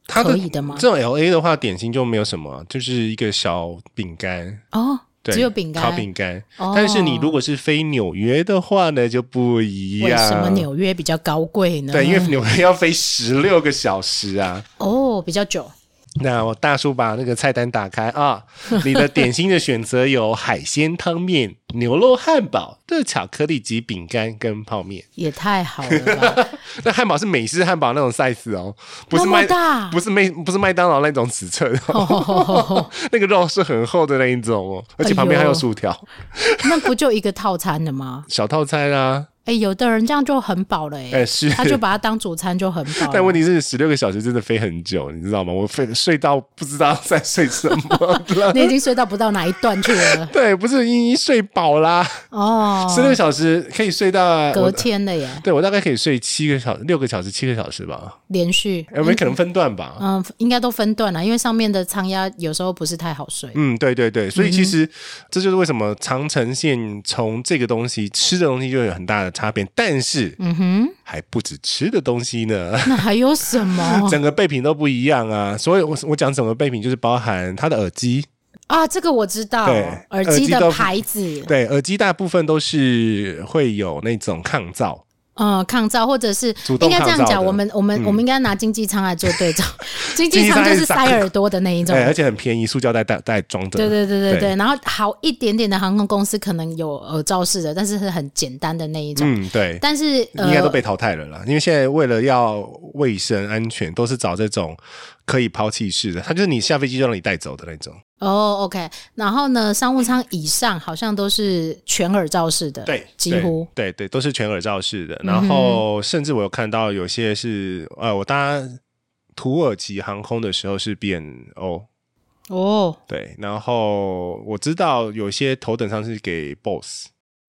B: 它
A: 可以的吗
B: 这种 L A 的话，点心就没有什么，就是一个小饼干。
A: 哦，
B: 对
A: 只有饼干，
B: 烤饼干。
A: 哦
B: 但是你如果是飞纽约的话呢，就不一样。
A: 为什么纽约比较高贵呢？
B: 啊对，因为纽约要飞十六个小时啊。
A: 哦比较久，
B: 那我大叔把那个菜单打开 啊，你的点心的选择有海鲜汤面、牛肉汉堡、热巧克力及饼干跟泡面。
A: 也太好了吧？
B: 那汉堡是美式汉堡那种 size 哦，不是
A: 那么
B: 麦
A: 大
B: 不是麦不是麦当劳那种尺寸哦，
A: 哦
B: 那个肉是很厚的
A: 哎
B: 那一种哦，而且旁边还有薯条、
A: 那不就一个套餐了吗？
B: 小套餐啊。
A: 哎、有的人这样就很饱了、哎、
B: 哎是
A: 他就把它当主餐就很饱了。。
B: 但问题是，十六个小时真的飞很久，你知道吗？我飞睡到不知道在睡什么了
A: 你已经睡到不到哪一段去了
B: 对，不 是一一睡饱啦，
A: 哦，
B: 十六、个小时可以睡到
A: 隔
B: 我。
A: 天了耶，
B: 对我大概可以睡七个小六个小时、七个小时吧，
A: 连续。
B: 有没有可能分段吧？
A: 嗯，应该都分段了，因为上面的仓压有时候不是太好 睡。
B: 嗯，对对对，所以其实、这就是为什么长城县从这个东西吃的东西就有很大的差别，但是
A: 嗯哼，
B: 还不止吃的东西呢。
A: 那还有什么
B: 整个备品都不一样啊，所以我我讲整个备品就是包含它的耳机，
A: 啊？这个我知道
B: 对，
A: 耳机
B: 耳机
A: 的
B: 都
A: 牌子，
B: 对，耳机大部分都是会有那种抗噪，
A: 嗯，抗噪或者是
B: 主动
A: 应该这样
B: 抗噪的
A: 讲，我们我们、
B: 嗯
A: 我们应该拿经济舱来做对 照，经济
B: 经济
A: 舱
B: 舱
A: 就是
B: 是
A: 塞耳朵的那一种
B: 对，。哎而且很便宜，塑胶袋袋袋装着，
A: 对对对对
B: 对
A: 对，然后好一点点的航空公司可能有耳罩式的，但是是很简单的那一种。
B: 嗯对，
A: 但是呃，
B: 应该都被淘汰了啦，因为现在为了要卫生安全，都是找这种可以抛弃式的，它就是你下飞机就让你带走的那种，
A: 哦、o k 然后呢，商务舱以上好像都是全耳罩式的，
B: 对，
A: 几乎嗯
B: 对对对都是全耳罩式的，然后甚至我有看到有些是呃，我搭土耳其航空的时候是 BNO。
A: 哦，
B: 对，然后我知道有些头等舱是给 boss，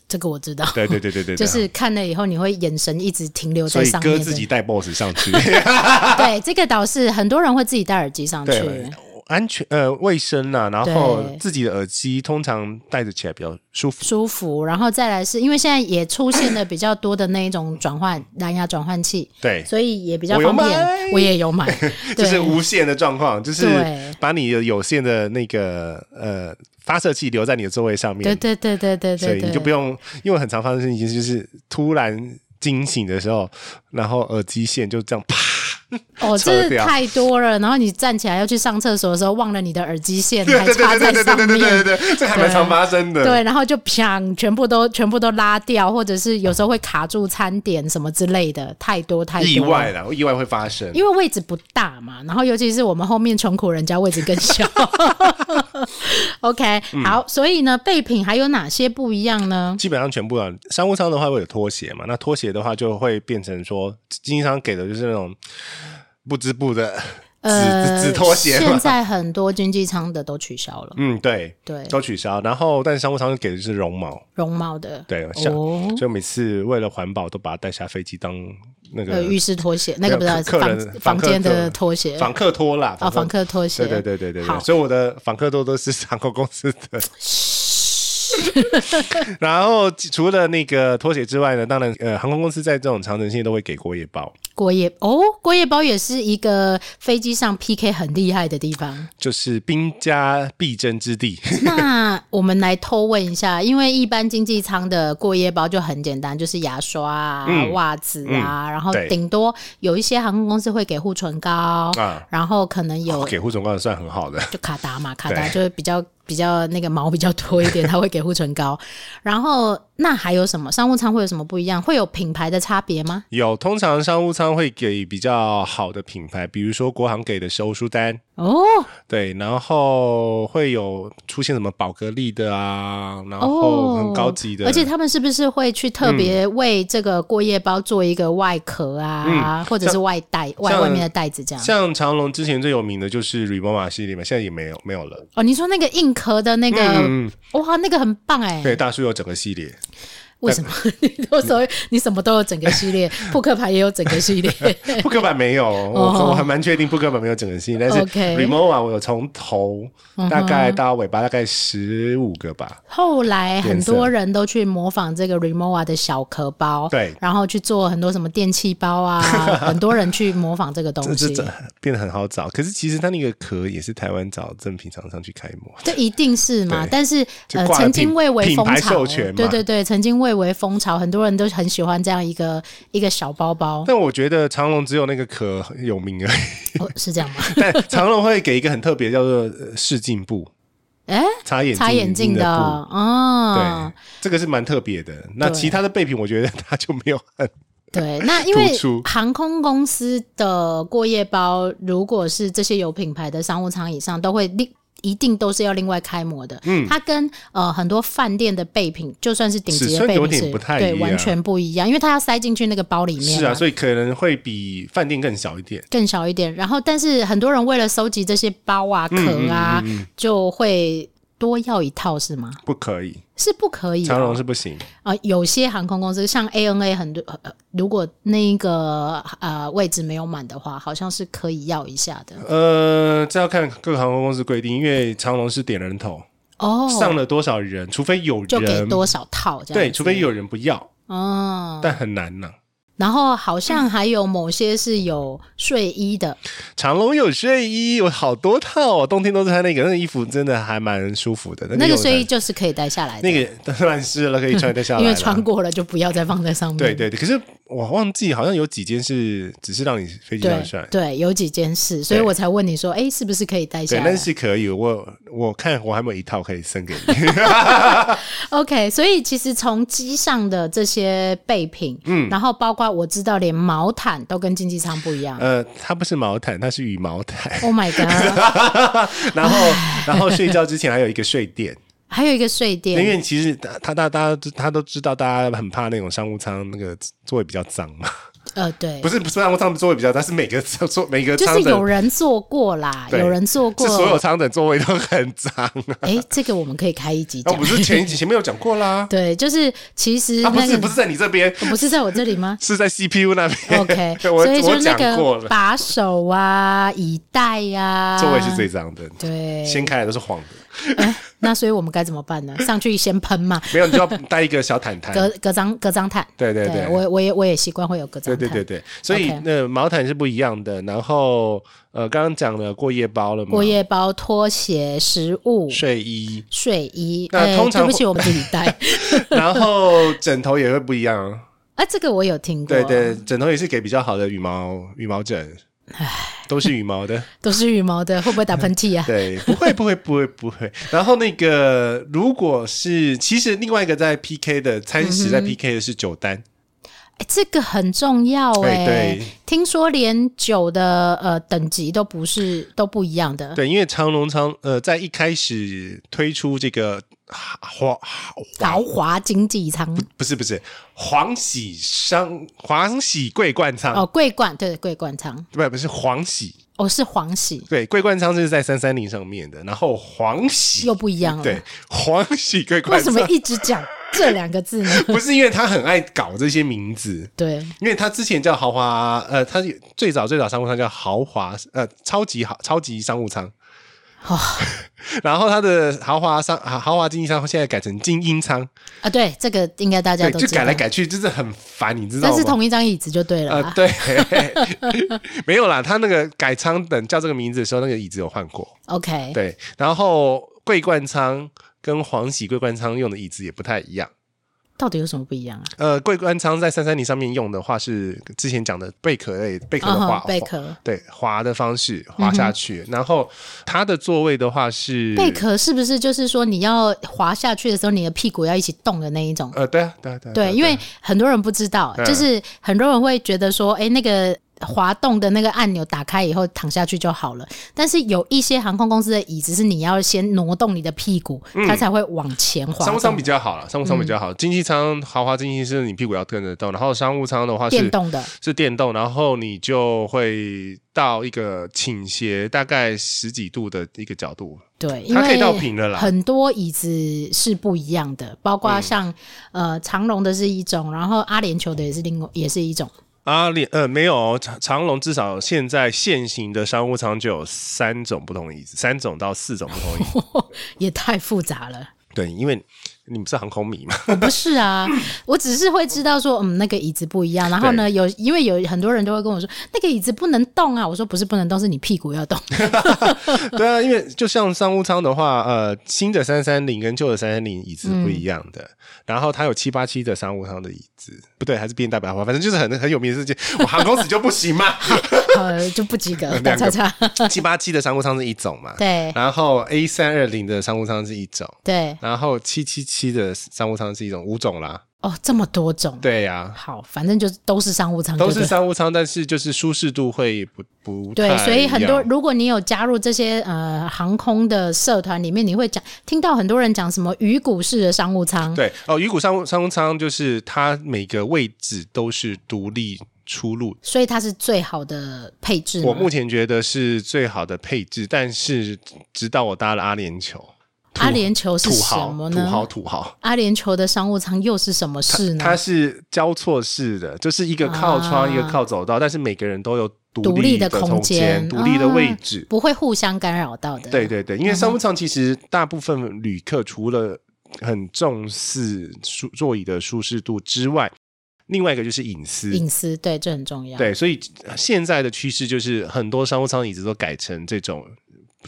A: 这个我知道，
B: 对对对对对，对啊
A: 就是看了以后你会眼神一直停留
B: 所
A: 在
B: 以
A: 上面
B: 哥
A: 的。
B: 自己带 boss 上 去，
A: 对，这个倒是很多人会自己戴耳机上去。
B: 对，安全呃卫生呐、然后
A: 对
B: 自己的耳机通常戴着起来比较舒服，
A: 舒服，然后再来是因为现在也出现了比较多的那一种转换蓝牙转换器，
B: 对，
A: 所以也比较
B: 我有
A: 方便
B: 买。
A: 我也有 买，
B: 就
A: 对
B: 是无线的状况，就是
A: 对
B: 把你的有线的那个呃发射器留在你的座位上面，
A: 对对对对对
B: 所
A: 对
B: 以
A: 对，
B: 你就不用，因为很常发生的事情就是突然惊醒的时候，然后耳机线就这样啪，
A: 哦，
B: 扯
A: 这是
B: 掉
A: 太多了。然后你站起来要去上厕所的时候，忘了你的耳机线
B: 对
A: 还
B: 对
A: 插
B: 对对
A: 在
B: 对
A: 上
B: 对对对对
A: 面。
B: 对对，这还蛮常发生的，
A: 对，然后就砰，全部都全部都拉掉，或者是有时候会卡住餐点什么之类的，太多太多了
B: 意外啦，意外会发生。
A: 因为位置不大嘛，然后尤其是我们后面穷苦人家位置更小。OK，、好，
B: 嗯
A: 所以呢，备品还有哪些不一样呢？
B: 基本上全部啊，商务舱的话会有拖鞋嘛，那拖鞋的话就会变成说，经济舱给的就是那种不织布的纸纸拖鞋
A: 呃现
B: 嘛，
A: 在很多经济舱的都取消了，
B: 嗯，对，
A: 对，
B: 都取消。然后，但是商务舱给的就是绒毛，
A: 绒毛的，
B: 对，像、
A: 哦
B: 所以每次为了环保都把它带下飞机当那
A: 呃，
B: 个
A: 浴室拖鞋，那个不是
B: 客人
A: 房房
B: 访客
A: 间的
B: 的
A: 拖鞋，
B: 访客拖啦，
A: 啊，房。客拖鞋，
B: 对对对对对
A: 好
B: 对，所以我的访客拖都是航空公 司的。然后除了那个拖鞋之外呢，当然呃，航空公司在这种长城线都会给过夜包，
A: 过夜哦，过夜包也是一个飞机上 PK 很厉害的地 方。
B: 就是兵家必争 之地。
A: 那我们来偷问一下，因为一般经济舱的过夜包就很简单，就是牙刷啊、
B: 嗯
A: 袜子啊，然后
B: 对
A: 顶多有一些航空公司会给护唇膏，
B: 啊
A: 然后可能有、
B: 给护唇膏算很好的，
A: 就卡达嘛，卡达
B: 对
A: 就是比较比较那个毛比较多一点，它会给护唇膏。 然后那还有什么商务舱会有什么不一样？会有品牌的差别吗？
B: 有通常商务舱会给比较好的品牌，比如说国航给的欧舒丹，
A: 哦，
B: 对，然后会有出现什么宝格丽的啊，然后很高级的，
A: 哦而且他们是不是会去特别为这个过夜包做一个外壳啊，或者是外带外
B: 嗯像
A: 外面的袋子这样？
B: 像长龙之前最有名的就是 r e b o m a 系列嘛，现在也没有没有了。
A: 哦，你说那个硬壳的那个，
B: 嗯，嗯
A: 哇，那个很棒哎、
B: 嗯对，大叔有整个系列，
A: 为什么 你都说你什么都有整个系 列，扑克牌也有整个系列？
B: 扑克版没有，
A: 哦
B: 我我还蛮确定扑克版没有整个系列，但是
A: OK 嗯
B: r e m o a 我有从头大概到尾巴大概十五个吧，
A: 后来很
B: 颜色
A: 多人都去模仿这个 Remova 的小壳包，
B: 对
A: 然后去做很多什么电器包 啊，很多人去模仿这个东
B: 这这
A: 西。
B: 这变得很好找，可是其实它那个壳也是台湾找正品厂商去开模。
A: 这一定是嘛？
B: 对
A: 但是
B: 就
A: 呃，
B: 挂了
A: 曾
B: 品
A: 经蔚为
B: 品
A: 风
B: 牌
A: 潮
B: 授权，嘛
A: 对对对，曾经蔚为风潮，很多人都很喜欢这样一个一个小包包，
B: 但我觉得长龙只有那个壳有名而 已，
A: 哦，是这样吗？
B: 但长龙会给一个很特别叫做呃试镜布，
A: 哎，
B: 擦眼
A: 擦眼镜
B: 镜
A: 的
B: 布，
A: 哦
B: 对，，这个是蛮特别的。那
A: 对
B: 其他的备品，我觉得它就没有很
A: 对，那因为
B: 突出
A: 航空公司的过夜包，如果是这些有品牌的商务舱以上，都会另一定都是要另外开模的。嗯，它跟呃很多饭店的备品，就算是顶级
B: 尺
A: 的
B: 寸
A: 备
B: 有
A: 品
B: 点
A: 是
B: 不太
A: 对
B: 一
A: 完
B: 样
A: 全不一样，因为它要塞进去那个包里面嘛。
B: 是啊，所以可能会比饭店更小一点。
A: 更小一点。然后，但是很多人为了收集这些包啊、壳啊，
B: 嗯
A: 就会多要一套，是吗？
B: 不可以，
A: 是不可以、
B: 长
A: 哦
B: 荣。是不行。
A: 啊、有些航空公司像 ANA 很多，呃呃如果那一个呃位置没有满的话，好像是可以要一下的
B: 呃，这要看各航空公司规定，因为长荣是点人头，
A: 哦，
B: 上了多少人，除非有
A: 就给
B: 人
A: 多少套这样子。
B: 对，除非有人不要，
A: 哦。
B: 但很难呐、
A: 然后好像还有某些是有睡衣的，
B: 长龙有睡衣，我好多套、哦，冬天都穿那个，那个衣服真的还蛮舒服的。
A: 那
B: 个
A: 个
B: 有
A: 睡衣就是可以带下来的，
B: 嗯那个当然是了，可以穿得下来
A: 因
B: 啦。
A: 为 穿过了就不要再放在上面。
B: 对对对，可是我忘记好像有几间是只是让你飞机上
A: 对
B: 穿，
A: 对，有几件事，所以
B: 对
A: 我才问你说，哎，是不是可以带下
B: 对，那
A: 来
B: 是可以。我我看我还没有一套可以送给你。
A: ？OK，所以其实从机上的这些备品，嗯，然后包括我知道连毛毯都跟经济舱不一样。
B: 呃，它不是毛毯，它是羽毛毯。
A: Oh my god！
B: 然后然后睡觉之前还有一个睡垫，
A: 还有一个睡
B: 因
A: 垫，
B: 为其实大大大大家都他都知道，大家很怕那种商务舱那个座位比较脏嘛，
A: 呃，对
B: 不，是不是商务舱座位比较脏，是每个座座每个
A: 就
B: 舱
A: 是有
B: 的。
A: 人坐过啦，
B: 对
A: 有人坐
B: 是所有
A: 过。
B: 舱的座位都很脏啊！
A: 哎，这个我们可以开一集
B: 我
A: 讲，
B: 哦不。是前一集前面有讲过啦
A: 对， 就是其实
B: 啊不
A: 那
B: 是
A: 个
B: 不是在你这边，
A: 不是在我这里 吗？
B: 是在 CPU 那边。
A: OK，
B: 我
A: 所以就
B: 我
A: 是那
B: 讲过
A: 个
B: 了，
A: 把手啊、椅带呀、啊，
B: 座位是最脏的，
A: 对，
B: 掀开来都是黄的。
A: 那所以我们该怎么办 呢？上去先喷嘛，
B: 没有，你就要带一个小毯毯。
A: 隔隔张隔张毯。
B: 嗯对对对
A: 我我也我也习惯会有隔张
B: 对
A: 毯。
B: 对对对，所以
A: OK
B: 那毛毯是不一样的。然后呃，刚刚讲了过夜包了嘛，
A: 过夜包、拖鞋、食物、
B: 睡衣，
A: 睡衣。
B: 那
A: 哎
B: 通常
A: 对不起，我们自己带。
B: 然后枕头也会不一 样。
A: 啊，这个我有听过。
B: 对，对，枕头也是给比较好的羽毛羽毛枕，都是羽毛的。
A: 都是羽毛的，会不会打喷嚏啊？
B: 对，不会不会不会不会。然后那个如果是，其实另外一个在 PK 的餐
A: 嗯
B: 食在 PK 的是酒单，
A: 哎，这个很重要哎。
B: 哎对
A: 听说连酒的呃等级都不是都不一样的。
B: 对，因为长隆长呃在一开始推出这个华华
A: 豪华经济舱
B: 不是不是黄喜商黄喜桂冠仓
A: 哦，桂冠对桂冠舱
B: 不不是黄喜
A: 哦是黄喜
B: 对桂冠仓是在三三零上面的，然后黄喜
A: 又不一样了。
B: 对，黄喜桂
A: 为
B: 冠
A: 什
B: 仓
A: 么一直讲这两个字呢？
B: 不是因为他很爱搞这些名字，
A: 对，
B: 因为他之前叫豪华，呃，他最早最早商务舱叫豪华，呃，超级豪超级商务舱，
A: 哦
B: 然后他的豪华商豪华经济舱现在改成精英舱，
A: 啊，对，这个应该大家
B: 对，
A: 都
B: 就
A: 知道。
B: 改来改去，就是很烦，你知道
A: 但
B: 吗？
A: 是同一张椅子就对了
B: 呃
A: 啦，，
B: 对， 没有啦，他那个改舱等叫这个名字的时候，那个椅子有换过，
A: OK，
B: 对，然后桂冠舱跟黄喜桂冠舱用的椅子也不太一样。
A: 到底有什么不一样啊？
B: 呃，桂冠舱在三三零上面用的话是之前讲的贝壳类贝壳的哦
A: 嗯
B: 滑、
A: 哼贝壳嗯
B: 对滑的方式滑下去，然后它的座位的话是
A: 贝壳是不是就是说你要滑下去的时候，你的屁股要一起动的那一种？
B: 呃对啊对啊对啊
A: 对，因为很多人不知道，
B: 嗯
A: 就是很多人会觉得说，哎，那个滑动的那个按钮打开以后躺下去就好了。但是有一些航空公司的椅子是你要先挪动你的屁股，它才会往前滑
B: 嗯
A: 嗯
B: 商务舱
A: 动
B: 比。较好了，商务舱比较好，经济舱豪华经济是你屁股要跟着动，然后商务舱的话是
A: 电动的，
B: 是电动，然后你就会到一个倾斜大概十几度的一个角度，
A: 对，因
B: 它可以
A: 为
B: 到平了啦嗯
A: 很多椅子是不一样的，包括像、呃长龙的是一种，然后阿联酋的也是另外也是一种。
B: 阿联呃没有哦长长龙，至少现在现行的商务舱就有三种不同的椅子，三种到四种不同的 椅子。
A: 也太复杂了，
B: 对，因为你们是航空迷嘛，
A: 我不是啊，我只是会知道说，嗯，那个椅子不一样。然后呢，有因为有很多人都会跟我说，那个椅子不能动啊。我说不是不能动，是你屁股要动。
B: 对啊，因为就像商务舱的话，呃，新的三三零跟旧的三三零椅子
A: 嗯
B: 不一样的，然后它有七八七的商务舱的椅子，不对，还是变大白花，反正就是很很有名的事情。我航空史就不行嘛，
A: 呃，就不及格，
B: 两个
A: 打叉叉。
B: 七八七的商务舱是一种嘛，
A: 对
B: 然后 A 三二零的商务舱是一种，
A: 对，
B: 然后七七七的商务舱是一种，五种啦。
A: 哦，这么多种。
B: 对呀、
A: 好，反正就是都是商务舱就
B: 都
A: 对，
B: 是商务舱，但是就是舒适度会不不太
A: 对，所以很
B: 一
A: 多
B: 样
A: 如果你有加入这些呃航空的社团里面，你会讲听到很多人讲什么鱼骨式的商务舱，
B: 对哦，鱼骨商务商务舱就是它每个位置都是独立出入的
A: 所以它是最好的配置吗。
B: 我目前觉得是最好的配置，但是直到我搭了阿联酋，
A: 阿联酋是
B: 土
A: 什
B: 豪
A: 么，
B: 土豪，
A: 呢？
B: 土豪，
A: 阿联酋的商务舱又是什么事呢
B: 它？是交错式的，就是一个靠
A: 啊
B: 窗，一个靠走道，但是每个人都有独
A: 独立
B: 的
A: 的空
B: 间、
A: 间
B: 独立的位
A: 啊
B: 置。
A: 不会互相干扰到的。
B: 对对对，因
A: 嗯
B: 为商务舱其实大部分旅客除了很重视舒座椅的舒适度之外，另外一个就是隐私。
A: 隐私对这很重要。
B: 对，所以现在的趋势就是很多商务舱椅子都改成这种，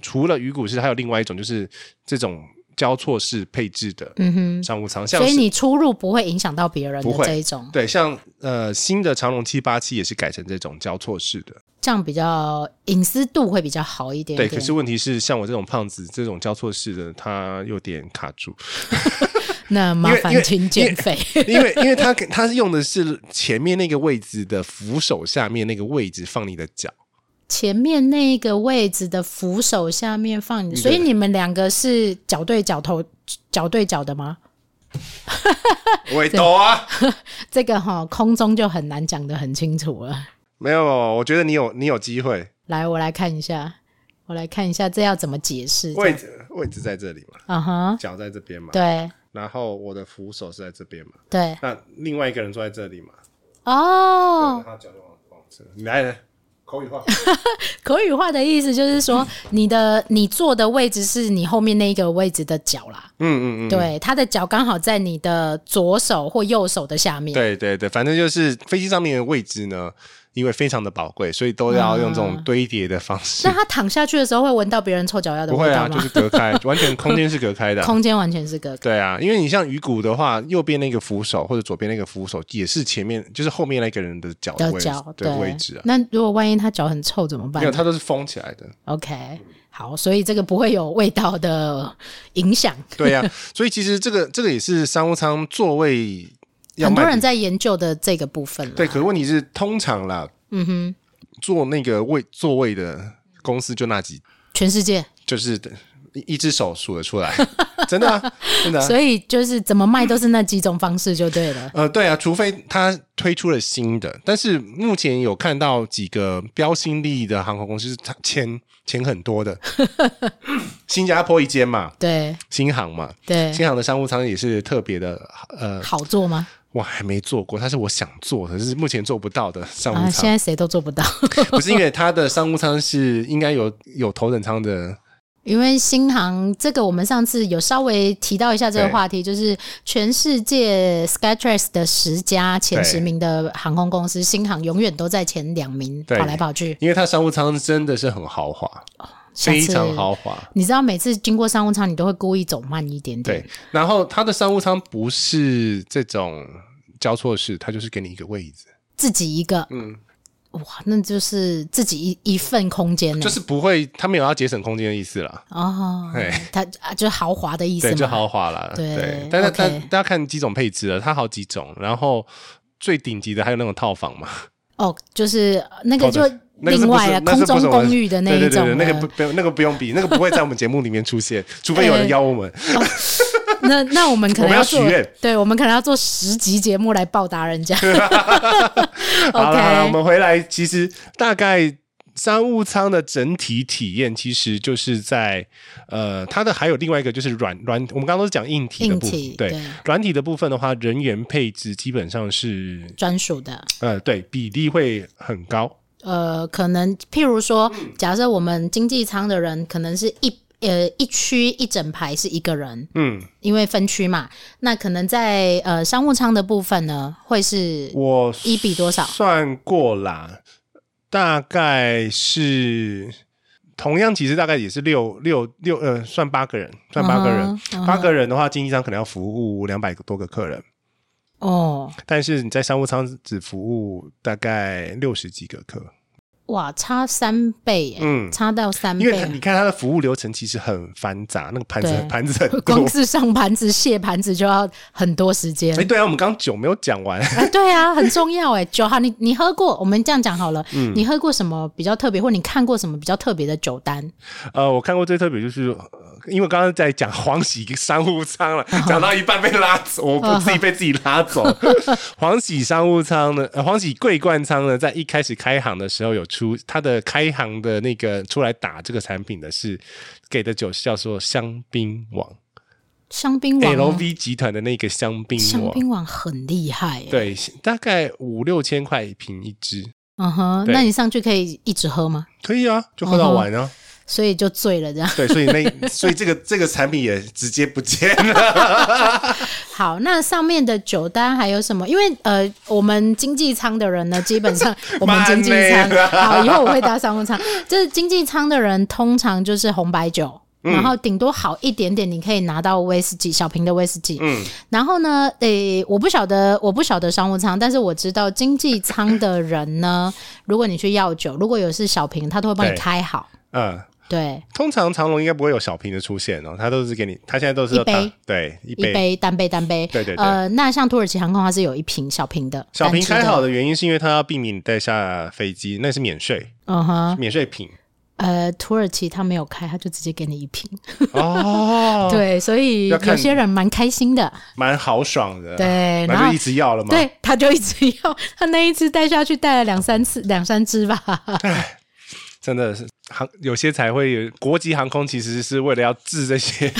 B: 除了鱼骨式，还有另外一种就是这种交错式配置的
A: 嗯哼，
B: 商务舱，像
A: 所以
B: 是
A: 你出入不会影响到别人
B: 不
A: 的
B: 会
A: 这一种，
B: 对像呃新的长龙七八七也是改成这种交错式的，
A: 这样比较隐私度会比较好一点
B: 对。
A: 点。
B: 可是问题是，像我这种胖子，这种交错式的它有点卡住，
A: 那麻
B: 因为
A: 烦请减肥。
B: 因为因 为它它是用的是前面那个位置的扶手下面那个位置放你的脚，
A: 前面那个位置的扶手下面放你，
B: 对
A: 所以你们两个是脚对脚头脚对脚的吗？
B: 我也抖啊，
A: 这个哈、空中就很难讲得很清楚了。
B: 没有，我觉得你有你有机会，
A: 来，我来看一下，我来看一下这要怎么解释。
B: 位置位置在这里嘛。
A: 啊哈，
B: 脚在这边嘛，
A: 对
B: 然后我的扶手是在这边嘛，
A: 对
B: 那另外一个人坐在这里嘛，
A: 哦
B: 对，他脚就往往这，你来来，口 语化，
A: 口语化的意思就是
B: 嗯
A: 说，你的你坐的位置是你后面那一个位置的脚啦，
B: 嗯嗯嗯，
A: 对，他的脚刚好在你的左手或右手的下面，
B: 对对对，反正就是飞机上面的位置呢，因为非常的宝贵，所以都要用这种堆叠的方式
A: 啊那，他躺下去的时候会闻到别人臭脚丫的
B: 不会
A: 味道
B: 啊，
A: 吗？
B: 就是隔开，完全空间是隔开的啊、
A: 空间完全是个
B: 对啊，因为你像鱼骨的话，右边那个扶手或者左边那个扶手也是前面，就是后面那个人的脚的
A: 的
B: 位置
A: 脚，
B: 对位置啊，
A: 那如果万一他脚很臭怎么办
B: 没有，它都是封起来的。
A: ？OK，好，所以这个不会有味道的影响。
B: 对呀、所以其实这个这个也是商务舱座位要
A: 很
B: 卖
A: 多
B: 比
A: 人在研究的这个部分了。
B: 对，可是问题是，通常啦，
A: 嗯哼，
B: 做那个位座位的公司就那几，
A: 全世界，
B: 就是一一只手数得出来， 真的、啊，真的、啊。
A: 所以就是怎么卖都是那几种方式就对了。
B: 呃，对啊，除非他推出了新的，但是目前有看到几个标新立异的航空公司，它钱钱很 多的，新加坡一间嘛，
A: 对
B: 新航嘛，
A: 对，
B: 新航的商务舱也是特别的，呃，
A: 好做吗？
B: 我还没做过，它是我想做的，是目前做不到的商务
A: 啊，
B: 舱
A: 现。在谁都做不到，
B: 不是因为它的商务舱是应该有有头等舱的，
A: 因为新航这个我们上次有稍微提到一下这个
B: 对
A: 话题，就是全世界 Skytrax 的十家前
B: 对
A: 十名的航空公司，新航永远都在前两名
B: 对
A: 跑来跑去。
B: 因为它商务舱真的是很豪华，
A: 下
B: 非
A: 次
B: 常豪华。
A: 你知道每次经过商务舱，你都会故意走慢一点点
B: 对。，然后它的商务舱不是这种交错式，它就是给你一个位置，
A: 自己一个，
B: 嗯，
A: 哇，那就是自己一一份空间呢、啊
B: 就是不会，它没有要节省空间的意思啦。
A: 哦
B: 对，
A: 它啊就是豪华的意思
B: 对，
A: 嘛，
B: 就豪华啦。
A: 对
B: 但是
A: OK
B: 但大家看几种配置了，它好几种，然后最顶级的还有那种套房嘛，
A: 哦，就是呃那个
B: 好
A: 就
B: 的哦那个是
A: 另
B: 不
A: 外
B: 是
A: 了，
B: 那
A: 空
B: 是不
A: 中
B: 是我
A: 公
B: 们
A: 寓的那
B: 对
A: 一
B: 对
A: 种
B: 对对，那
A: 了
B: 个不不那个不用比，那个不会在我们节目里面 出现，除非有人邀我们。
A: 那那我们可
B: 我
A: 能
B: 们要
A: 做
B: 许愿，
A: 对我们可能要做十集节目来报答人 家。
B: 好了好了，我
A: OK，
B: 们回来，其实大概。商务舱的整体体验其实就是在，呃，它的还有另外一个就是软软，我们刚刚都是讲硬体的
A: 硬
B: 部
A: 体
B: 分，对
A: 对
B: 软体的部分的话，人员配置基本上是，
A: 专属的，
B: 呃，对比例会很高，
A: 呃，可能譬如说，
B: 嗯
A: 假设我们经济舱的人可能是一呃一区一整排是一个人，
B: 嗯，
A: 因为分区嘛，那可能在呃商务舱的部分呢，会是
B: 我
A: 一比多少
B: 算过啦，大概是同样，其实大概也是六六六，呃，算八个人，算八个人
A: 嗯哼
B: 八
A: 嗯哼
B: 个人的话，经济舱可能要服务两百多个客人。
A: 哦，
B: 但是你在商务舱只服务大概六十几个客，
A: 哇，差三倍耶，
B: 嗯
A: 差到三
B: 因为它
A: 倍
B: 你。看它的服务流程其实很繁杂，那个盘子
A: 啊对
B: 盘子很 多
A: 光。是上盘子、卸盘子就要很多时间
B: 哎，。对啊，我们刚刚酒没有讲 完，
A: 啊，对啊，很重要哎。 酒好，你你喝过？我们这样讲好了，
B: 嗯
A: 你喝过什么比较特别，或你看过什么比较特别的酒单？
B: 呃，我看过最特别就是，呃因为刚刚在讲黄喜商 务舱了，讲到一半被拉走，我不自己被自己拉走。黄喜商务舱呢，呃黄喜桂冠舱呢，在一开始开行的时候有出它的开行的那个出来打这个产品的是给的酒是叫做香槟王
A: 香槟王啊
B: LV 集团的那个香槟
A: 香
B: 王，
A: 槟王很厉害欸耶。
B: 啊对，大概五六千块一瓶一支，
A: 嗯哼，
B: 对
A: 那你上去可以一直喝吗？
B: 可以啊，就喝到完
A: 哦
B: 啊。
A: 所以就醉了这样。
B: 对，所以那所以这个这个产品也直接不见 了。
A: 好，那上面的酒单还有什么？因为呃，我们经济舱的人呢，基本上我们经济
B: 慢嘞
A: 舱，好，以后我会搭商务舱。就是经济舱的人，通常就是红白酒。
B: 嗯
A: 然后顶多好一点点，你可以拿到威士忌小瓶的威士忌。嗯，然后呢，诶，我不晓得，我不晓得商务舱，但是我知道经济舱的人呢，如果你去要酒，如果有是小瓶，他都会帮你
B: 对
A: 开好。
B: 嗯。
A: 对，
B: 通常长龙应该不会有小瓶的出现哦，它都是给你，它现在都是
A: 一
B: 要打
A: 杯
B: 对一
A: 一
B: 杯
A: 杯单杯单杯。
B: 对对对
A: 呃，那像土耳其航空，它是有一瓶小瓶的，
B: 小瓶
A: 单支
B: 开
A: 的
B: 好的原因是因为它要避免你带下飞机，那是免税，
A: 嗯哼，
B: 免 税品
A: 呃，土耳其他没有开，他就直接给你一瓶。
B: 哦，，
A: 对，所以
B: 要看
A: 有些人蛮开心的。
B: 蛮豪爽的，
A: 对
B: 然
A: 然
B: 后
A: 后
B: 就一直要了嘛，，
A: 对，他就一直要，他那一次带下去带了两三次，两三只吧。
B: 真的是航有些才会有国际航空其实是为了要治这些，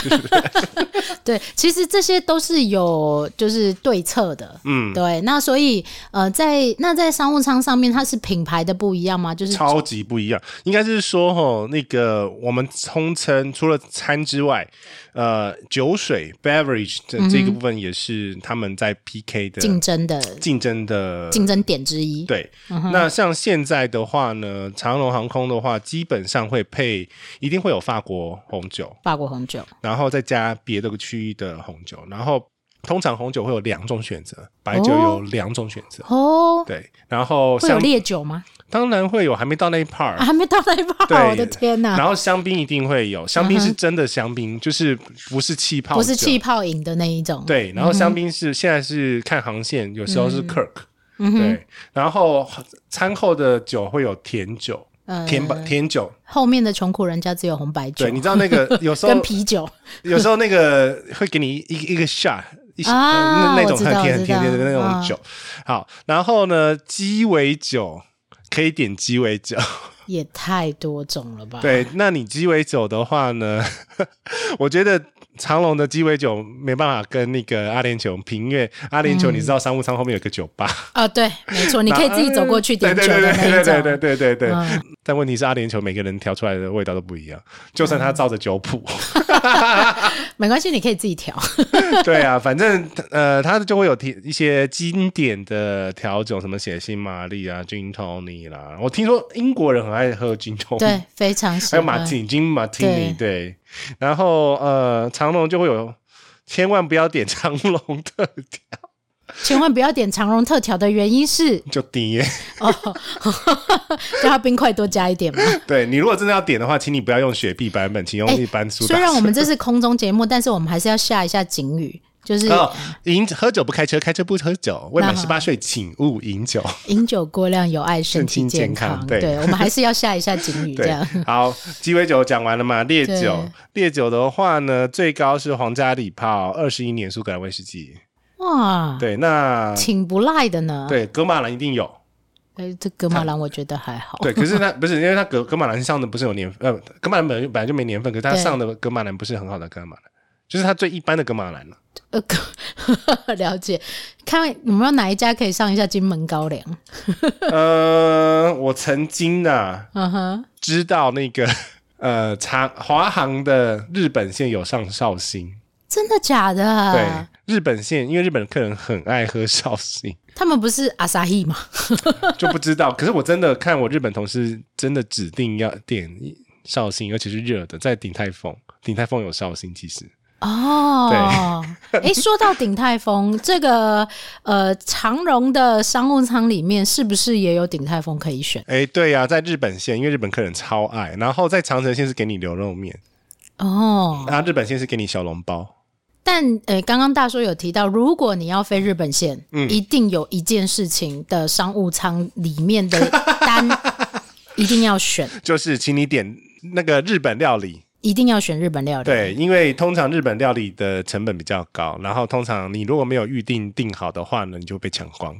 A: 对，其实这些都是有就是对策的。
B: 嗯，
A: 对，那所以呃，在那在商务舱上面，它是品牌的不一样吗？就是
B: 超级不一样，应该是说吼，那个我们通称除了餐之外，呃，酒水 beverage 这这个部分也是他们在 PK 的
A: 嗯竞争的
B: 竞争的
A: 竞嗯争点之一。
B: 对，那像现在的话呢，长龙航空的话，基本上会配，一定会有法国红酒，
A: 法国红酒，
B: 然后再加别的区域的红酒，然后通常红酒会有两种选择，白酒有两种选择，
A: 哦，
B: 对，然后
A: 会有
B: 香
A: 烈酒吗？
B: 当然会有，还没到那一 part，、
A: 啊，还没到那一趴，
B: 对
A: 我的天哪！
B: 然后香槟一定会有，香槟是真的香槟，就是不是气泡，
A: 嗯不是气。泡嗯饮的那一种。
B: 对，然后香槟是、现在是看航线，有时候
A: 嗯
B: 是 Kirk，、对，然后餐后的酒会有甜酒，
A: 嗯
B: 甜吧甜酒，
A: 后面的穷苦人家只有红白酒
B: 对，你知道那 个有时
A: 跟
B: 候
A: 啤酒，
B: 有时候那个会给你一一个 shot。一些、
A: 啊
B: 呃那那种
A: 我知
B: 很
A: 道
B: 甜
A: 我知
B: 很甜
A: 道
B: 甜的那种
A: 嗯
B: 酒，好，然后呢，鸡尾酒可以点鸡尾酒，
A: 也太多种了吧？，
B: 对，那你鸡尾酒的话呢，我觉得长隆的鸡尾酒没办法跟那个阿联酋平，因为阿联酋你知道商务舱后面有个酒吧，
A: 啊，对，没错，你可以自己走过去点酒的
B: 对
A: 那一
B: 嗯
A: 种。
B: 对对对对对对对对
A: 嗯。
B: 但问题是，阿联酋每个人调出来的味道都不一样，就算他照着酒谱，
A: 没关系，你可以自己调。
B: 对啊，反正呃，它就会有提一些经典的调酒，什么血腥玛丽啊、君 o n 啦。我听说英国人很爱喝君 o n
A: 对，非常喜
B: 还有
A: 欢。
B: 马提金马提尼对，然后呃，长龙就会有，千万不要点长龙特调，
A: 千万不要点长荣特调的原因是，
B: 就低耶。
A: 哦， 叫它冰块多加一点嘛。
B: 对你如果真的要点的话，请你不要用雪碧版本，
A: 哎
B: 请用一般苏打
A: 虽
B: 水。
A: 然我们这是空中节目，但是我们还是要下一下警语，就是
B: 哦，饮喝酒不开车，开车不喝酒。未满
A: 那好
B: 十八岁，请勿饮酒。
A: 饮酒过量有碍身体
B: 身心健
A: 健
B: 康对
A: 对我们还是要下一下警语这
B: 对
A: 样。，
B: 好，鸡尾酒讲完了嘛？烈酒
A: 对，
B: 烈酒的话呢，最高是皇家礼炮二十一年苏格兰威士忌。
A: 哇，
B: 对，那
A: 挺不赖的呢。
B: 对格马兰一定有。
A: 哎，这格马兰我觉得还好。
B: 对，可是他不是，因为他格格马兰上的不是有年呃，格马兰本来就本来就没年份，可是他
A: 对
B: 上的格马兰不是很好的格马兰，就是他最一般的格马兰了。
A: 呃，可 了解，看有没有哪一家可以上一下金门高粱。
B: 呃，我曾经呢、
A: 嗯哼，
B: 知道那个 呃长华航的日本线有上绍兴，
A: 真的假的？
B: 对，，日本线因为日本客人很爱喝绍兴，
A: 他们不是阿萨伊吗？
B: 就不知道。可是我真的看我日本同事真的指定要点绍兴，而且是热的，在鼎泰丰，鼎泰丰有绍兴其实。
A: 哦， 哎，说到鼎泰丰，这个呃长荣的商务舱里面是不是也有鼎泰丰可以选？
B: 哎，对呀、在日本线，因为日本客人超爱，然后在长城线是给你牛肉面，
A: 哦，
B: 然后日本线是给你小笼包。
A: 但呃，刚刚大叔有提到，如果你要飞日本线，
B: 嗯
A: 一定有一件事情的商务舱里面的 单一定要选，
B: 就是请你点那个日本料理。
A: 一定要选日本料理。
B: 对，因为通常日本料理的成本比较高，然后通常你如果没有预定定好的话呢，你就被抢光。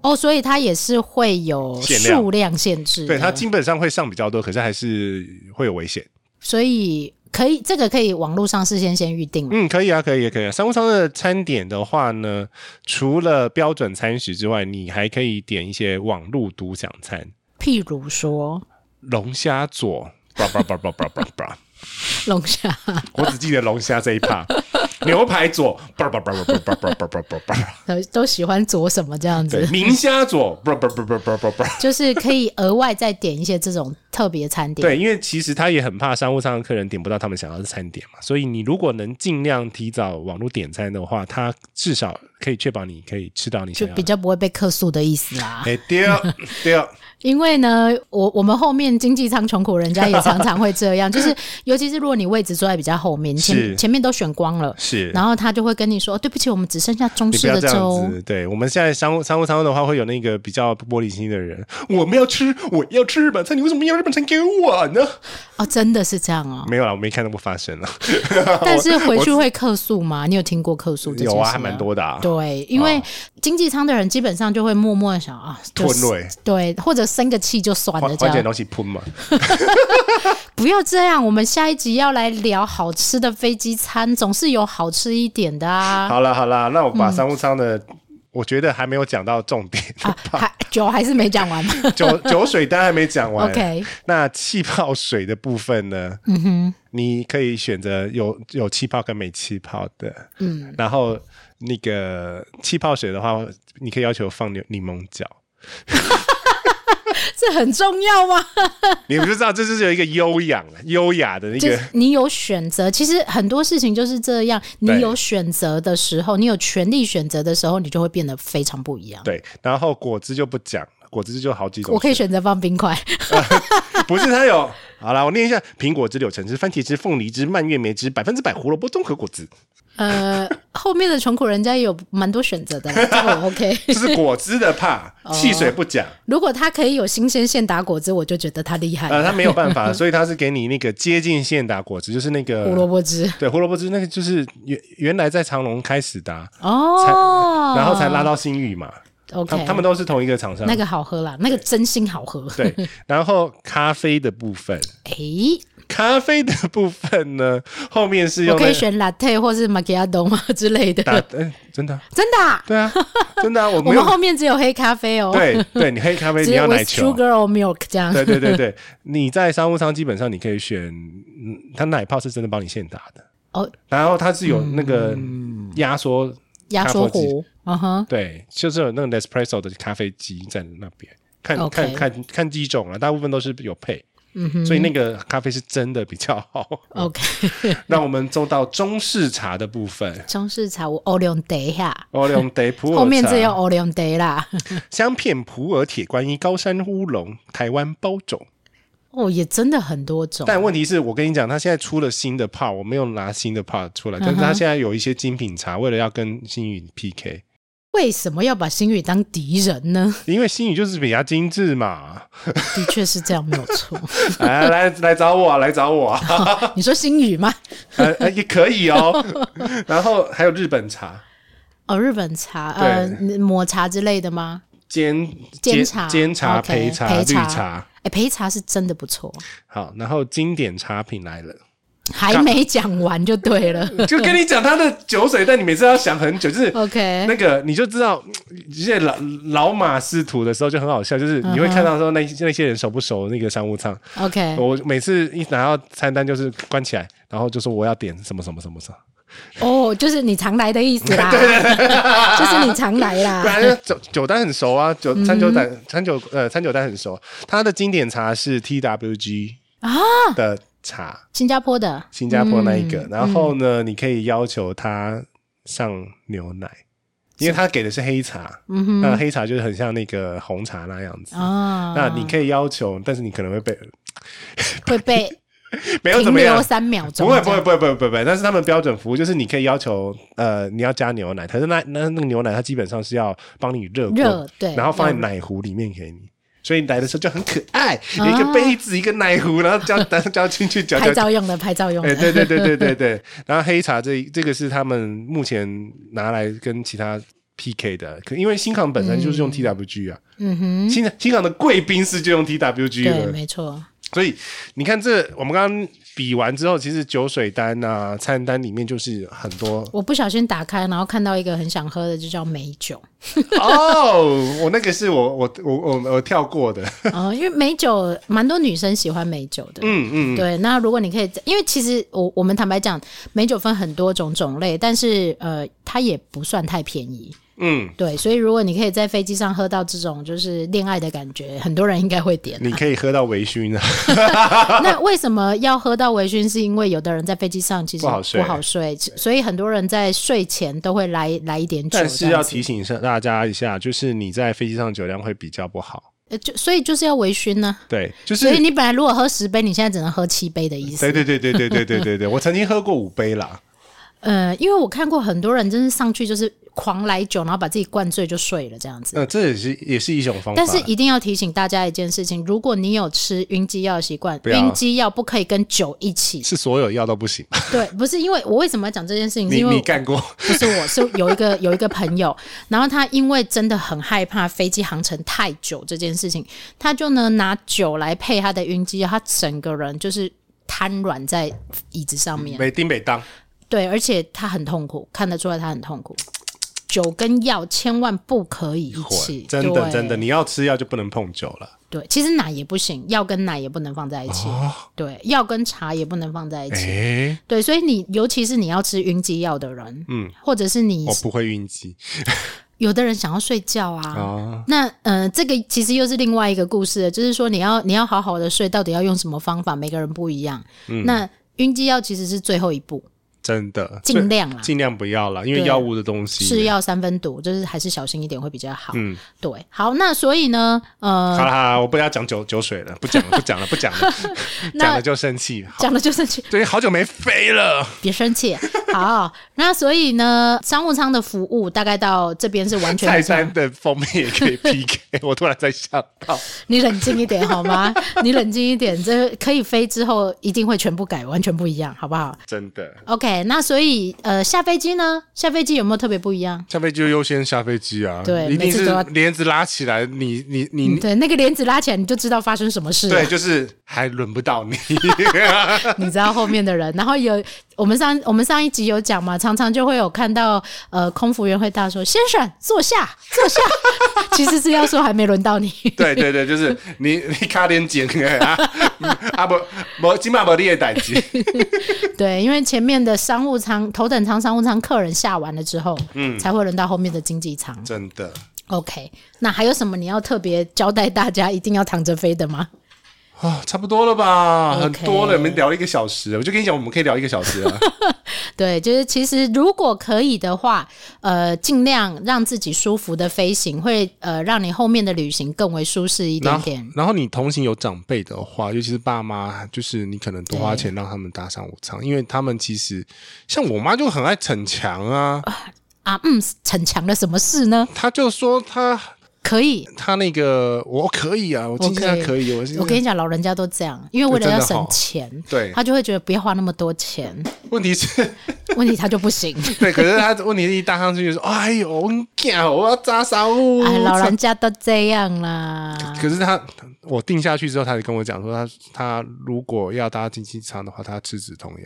A: 哦，所以它也是会有
B: 限量
A: 数量限制的
B: 对，它基本上会上比较多，可是还是会有危险。
A: 所以可以这个可以网络上事先先预定嘛。
B: 嗯，可以啊，可以、啊，可以、啊。商务舱的餐点的话呢，除了标准餐食之外，你还可以点一些网路独享餐，
A: 譬如说
B: 龙虾佐，叭叭叭叭叭叭叭，
A: 龙虾，
B: 我只记得龙虾这一 趴，牛排佐，叭叭叭叭叭叭叭叭叭叭，
A: 都都喜欢佐什么这样
B: 对，
A: 子，
B: 明虾佐，叭叭叭叭叭叭叭。
A: 就是可以额外再点一些这种特别餐点。
B: 对，因为其实他也很怕商务舱的客人点不到他们想要的餐点嘛，所以你如果能尽量提早网络点餐的话，他至少可以确保你可以吃到你
A: 就
B: 想要
A: 比
B: 的。
A: 较不会被客诉的意思啊。
B: 哎，对哦对哦，
A: 因为呢，我我们后面经济舱穷苦人家也常常会这样， 就是尤其是如果你位置坐在比较后面，
B: 是
A: 前前面都选光了，
B: 是。
A: 然后他就会跟你说：“哦对不起，我们只剩下中
B: 你
A: 式
B: 不要
A: 的
B: 这
A: 粥
B: 样。子，对我们现在商务商务舱的话，会有那个比较玻璃心的人，我们要吃，我要吃日本菜，你为什么要日本菜给我呢？”
A: 哦，真的是这样哦。
B: 没有啦，我没看到过发生啊了，
A: 但是回去会客诉吗？你有听过客 诉这件事
B: 有
A: 吗
B: 啊，还蛮。多的啊，
A: 对，因为经济舱的人基本上就会默默地想啊，就
B: 吞瑞
A: 对，或者生个气就算了
B: 缓
A: 这
B: 缓解
A: 样。
B: 东西喷嘛，
A: 不要这样，我们下一集要来聊好吃的飞机餐，总是有好吃一点的啊。
B: 好啦好啦，那我把商务舱的，我觉得还没有讲到重点，
A: 啊，还酒还是没讲完。
B: 酒酒水单还没讲 完。
A: OK，
B: 那气泡水的部分呢？
A: 嗯哼，
B: 你可以选择有有气泡跟没气泡的。
A: 嗯，
B: 然后那个气泡水的话，你可以要求放柠柠檬角。
A: 这很重要 吗？
B: 你们就知道，这就是有一个优雅、优雅的那
A: 就
B: 个
A: 是。你有选择，其实很多事情就是这样。你
B: 对
A: 有选择的时候，你有权利选择的时候，你就会变得非常不一样。
B: 对，然后果汁就不讲了，果汁就好几种。
A: 我可以选择放冰块，
B: 不是它有。好啦，我念一下：苹果汁、柳橙汁、番茄汁、凤梨汁、蔓越莓汁、百分之百胡萝卜综合果 汁。
A: 呃，后面的穷苦人家也有蛮多选择的啦， 这个我 OK。
B: 这是果汁的怕，
A: 哦
B: 汽水 不讲。
A: 如果他可以有新鲜现打果汁，我就觉得他厉害。
B: 呃，他没有办法，所以他是给你那个接近现打果汁，就是那个
A: 胡萝卜汁
B: 对，胡萝卜汁那个就是原原来在长隆开始的啊、
A: 哦，
B: 然后才拉到新宇嘛。他
A: OK，
B: 他们都是同一个厂商。
A: 那个好喝啦，那个真心好喝。
B: 对，然后咖啡的部分，
A: 诶，
B: 咖啡的部分呢，后面是用
A: 我可以
B: 那个
A: 选 latte 或是 macchiato 吗之类的？
B: 打，嗯，真的啊，
A: 真的啊、
B: 对啊，真的啊，我
A: 我
B: 没
A: 们
B: 有，
A: 后面只有黑咖啡哦，
B: 对对，你黑咖啡
A: 只
B: 你要
A: 有
B: 奶
A: with
B: 球，啊
A: sugar or milk 这样。
B: 对对对对，你在商务舱基本上你可以选，嗯，它奶泡是真的帮你现打的，
A: 哦，
B: 然后它是有那个
A: 嗯
B: 压缩，
A: 压缩
B: 咖啡
A: 壶，嗯哼，
B: 对，就是有那个 Nespresso 的咖啡机在那边。看
A: OK 嗯
B: 看看看机种啊，大部分都是有配，所以那个咖啡是真的比较好。
A: OK，
B: 那我们做到中式茶的部 分，
A: 中式茶我 o l e o n day 下，
B: 哦，两得普洱茶，
A: 后面只有 o l e o n day 啦。
B: 香片、普洱、铁观音、高山乌龙、台湾包种。
A: 哦，也真的很多种。
B: 但问题是我跟你讲，他现在出了新的泡，我没有拿新的泡出来，
A: 嗯
B: 但是他现在有一些精品茶，为了要跟新宇 PK，
A: 为什么要把星宇当敌人 呢？
B: 因为新宇就是比较精 致嘛。
A: 的确是这样，没有错。
B: 来来来找我啊，来找我啊，
A: 你说星宇吗？
B: 呃呃也可以哦。然后还有日本茶。
A: 哦，日本茶，呃，抹茶之类的吗？
B: 煎
A: 煎
B: 煎
A: 茶
B: 煎茶、
A: OK，
B: 焙茶、
A: 焙
B: 绿
A: 茶
B: 茶，
A: 哎，焙茶是真的不错，
B: 好，然后经典茶品来了，
A: 还没讲完就对 了。
B: 就跟你讲他的酒水，但你每次要想很久，就是
A: OK，
B: 那个你就知道，嗯这些老老马师徒的时候就很好笑，
A: 嗯
B: 就是你会看到说那那些人熟不熟那个哦商务舱，
A: OK，
B: 我每次一拿到餐单就是关起来，然后就说我要点什么什么什么什么，
A: 哦，就是你常来的意思 啦，就是你常来
B: 不
A: 啦。
B: 然酒酒单很熟啊，酒餐酒单、
A: 嗯
B: 餐酒呃餐酒单很熟，他的经典茶是 TWG
A: 啊
B: 的茶，
A: 新加坡的
B: 新加坡那一个。
A: 嗯
B: 然后呢，你可以要求他上牛奶，因为他给的是黑茶，
A: 嗯哼
B: 那黑茶就是很像那个红茶那样子。
A: 啊，
B: 那你可以要求，但是你可能会被
A: 会被
B: 没哎有怎
A: 停
B: 么样
A: 留，三秒钟这
B: 不会
A: 样，
B: 不会不会不会不会不会，但是他们标准服务就是你可以要求，呃，你要加牛奶，可是那那那个牛奶它基本上是要帮你热过
A: 热啊对
B: 然后放在奶壶里面给你。所以你来的时候就很可爱，有一个杯子，一个奶壶，然后 浇，然后浇进去，搅
A: 拍
B: 搅。
A: 照用的，拍照用
B: 哎，
A: 的，
B: 对对对对对对。然后黑茶这这个是他们目前拿来跟其他 PK 的，可因为新港本身就是用 TWG 啊，
A: 嗯哼，
B: 新新港的贵宾室就用 TWG
A: 对，
B: 了，
A: 没错，
B: 所以你看这，我们刚刚比完之后，其实酒水单啊、餐单里面就是很多
A: 我不小心打开，然后看到一个很想喝的，就叫美酒，
B: 哦。我那个是我我我我我跳过的，
A: 哦，因为美酒蛮多女生喜欢美酒的，
B: 嗯嗯，
A: 对，那如果你可以，因为其实我我们坦白讲，美酒分很多种种类，但是呃，它也不算太便宜。
B: 嗯，
A: 对，所以如果你可以在飞机上喝到这种就是恋爱的感觉，很多人应该会 点。
B: 你可以喝到微醺 啊，
A: 那为什么要喝到微醺？是因为有的人在飞机上其实
B: 不好睡
A: 睡所以很多人在睡前都会来来一点酒这
B: 但
A: 样子。
B: 是要提醒一下大家一下，就是你在飞机上酒量会比较不好，
A: 呃，就所以就是要微醺呢、
B: 对，就是
A: 所以你本来如果喝十杯，你现在只能喝七杯的意思。
B: 对对对对对对对对对，我曾经喝过五杯啦，
A: 呃，因为我看过很多人真是上去就是狂来酒，然后把自己灌醉就睡了这样子。
B: 嗯、这也是也是一种方法，
A: 但是一定要提醒大家一件事情：如果你有吃晕机药的习惯，
B: 要
A: 晕机药不可以跟酒一 起。
B: 是所有药都不行，
A: 对，不是因为我为什么要讲这件事情，是
B: 你
A: 因为
B: 你
A: 我
B: 干过，
A: 不是我是有一个 有一个朋友，然后他因为真的很害怕飞机航程太久这件事情，他就呢拿酒来配他的晕机药，他整个人就是瘫软在椅子上面。
B: 没丁北当，
A: 对，而且他很痛苦，看得出来他很痛苦。酒跟药千万不可以一起，
B: 真的
A: 对
B: 真的，你要吃药就不能碰酒了。
A: 对，其实奶也不行，药跟奶也不能放在一起，
B: 啊
A: 对，药跟茶也不能放在一起。
B: 哎，
A: 对，所以你尤其是你要吃晕机药的人，嗯，或者是你
B: 我不会晕机
A: 有的人想要睡觉啊，
B: 哦，
A: 那呃，这个其实又是另外一个故事了，就是说你要你要好好的睡，到底要用什么方法，每个人不一样。
B: 嗯
A: 那晕机药其实是最后一步，
B: 真的，
A: 尽量啦
B: 所以尽量不要啦，因为
A: 对
B: 药物的东西
A: 是。要三分毒，就是还是小心一点会比较好。嗯，对，好，那所以呢，呃，
B: 好啦好啦，我不要讲酒酒水了，不 讲了，不讲了，不讲了，讲了就生气。好
A: 讲的就是去
B: 对，好久没飞了，
A: 别生气。好，那所以呢，商务舱的服务大概到这边是完全
B: 菜
A: 这样
B: 单的封面也可以 PK。我突然在想哦到，
A: 你冷静一点好吗？你冷静一点，这可以飞之后一定会全部改，完全不一样，好不好
B: 真的，
A: ？OK，那所以呃，下飞机呢？下飞机有没有特别不一样？
B: 下飞机就优先下飞机啊，
A: 对
B: 一定
A: 每次
B: 是
A: 都要嗯
B: 帘子拉起来，你你你，
A: 对，那个帘子拉起来，你就知道发生什么事了
B: 嗯对，。就是还轮 不到你。
A: 你知道后面的人，然后有我们上我们上一集有讲嘛，常常就会有看到呃空服员会大说：“先生，坐下，坐下。” 其实是要说还没轮到 你。
B: 对对对，就是你你卡点紧啊啊不，无今嘛无你的代 志。
A: 对，因为前面的商务舱、头等舱、商务舱客人下完了之后，嗯，才会轮到后面的经济舱。
B: 真的，
A: OK，那还有什么你要特别交代大家一定要躺着飞的吗？
B: 啊，差不多了吧
A: OK
B: 很多了，我们聊了一个小时，我就跟你讲，我们可以聊一个小时啊。
A: 对，就是其实如果可以的话，呃，尽量让自己舒服的飞行，会呃让你后面的旅行更为舒适 一点
B: 然后
A: 点。，
B: 然后你同行有长辈的话，尤其是爸妈，就是你可能多花钱让他们搭上午舱，因为他们其实像我妈就很爱逞强啊，
A: 啊，嗯，逞强了什么事呢？
B: 她就说她
A: 可以，
B: 她那个我可以啊，我亲戚她
A: 我
B: 可
A: 可
B: 以，我亲
A: 我
B: 戚
A: 跟你讲，老人家都这样，因为为了
B: 对真
A: 要
B: 的
A: 省
B: 哦
A: 钱，
B: 对
A: 他就会觉得不要花那么多钱，
B: 问题是。
A: 问题他就不行。
B: 对，可是他问题是一搭上去就说：“哎呦，我很屌， 我要扎商务。”
A: 哎，老人家都这样啦。
B: 可是他，我定下去之后，他就跟我讲说他，他如果要搭经济舱的话，他吃止痛药，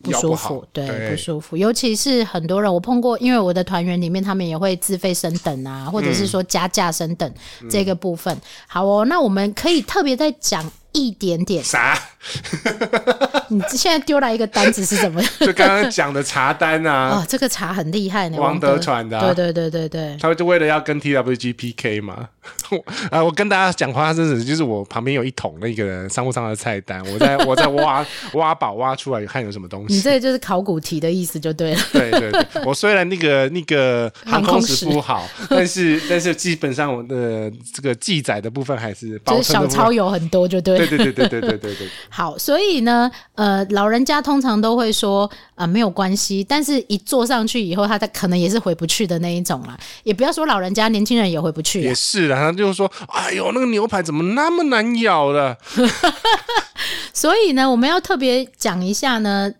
A: 不
B: 药
A: 舒
B: 好
A: 服，对，
B: 对
A: 不舒服，尤其是很多人，我碰过，因为我的团员里面，他们也会自费升等啊，
B: 嗯
A: 或者是说加价升等、这个部分。好哦，那我们可以特别再讲一一点点。
B: 啥？
A: 你现在丢来一个单子是怎 么？
B: 就刚刚讲的查 单啊，
A: 哦，这个茶很厉害呢，
B: 王
A: 王
B: 德传的啊
A: 对对对对对，
B: 他们就为了要跟 TWG PK 嘛。 我啊，我跟大家讲话，真是就是我旁边有一桶那个商务舱的菜单，我在我在 挖挖宝挖出来看有什么东
A: 你
B: 西。
A: 这个就是考古题的意思就对了。
B: 对对对，我虽然那个那个
A: 航
B: 航空
A: 空
B: 史
A: 史
B: 不好，但是但是基本上我的这个记载的部分还是 保
A: 就是
B: 存
A: 小
B: 的部分
A: 抄有很多，就对了。
B: 对对对对对对对对，
A: 好，所以呢，呃，老人家通常都会说啊、没有关系，但是一坐上去以后，他的可能也是回不去的那一种啦。也不要说老人家，年轻人也回不去
B: 也
A: 啊。
B: 是啦。他就说：“哎呦，那个牛排怎么那么难咬了
A: 所以呢，我们要特别讲一下呢，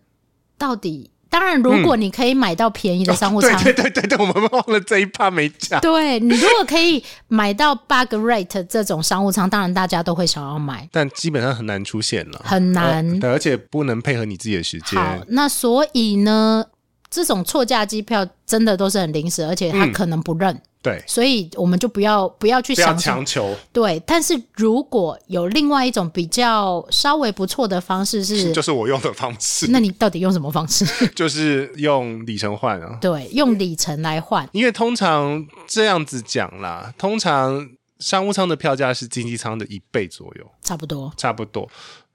A: 到底，当然，如果你可以买到便宜？”的商务舱。
B: 对对对对对，我们忘了这一趴没讲。
A: 对你如果可以买到 bug rate 这种商务舱，当然大家都会想要买，
B: 但基本上很难出现了，
A: 很难。
B: 对，而且不能配合你自己的时
A: 好
B: 间，。
A: 那所以呢，这种错价机票真的都是很临时，而且他可能不认，
B: 对，
A: 所以我们就不要不要去
B: 嗯不要
A: 想
B: 强求，
A: 对。但是如果有另外一种比较稍微不错的方式是，嗯
B: 就是我用的方式，
A: 那你到底用什么方 式？
B: 就是用里程换啊。
A: 对，用里程来换。
B: 因为通常这样子讲啦，通常商务舱的票价是经济舱的一倍左右，
A: 差不多
B: 差不多。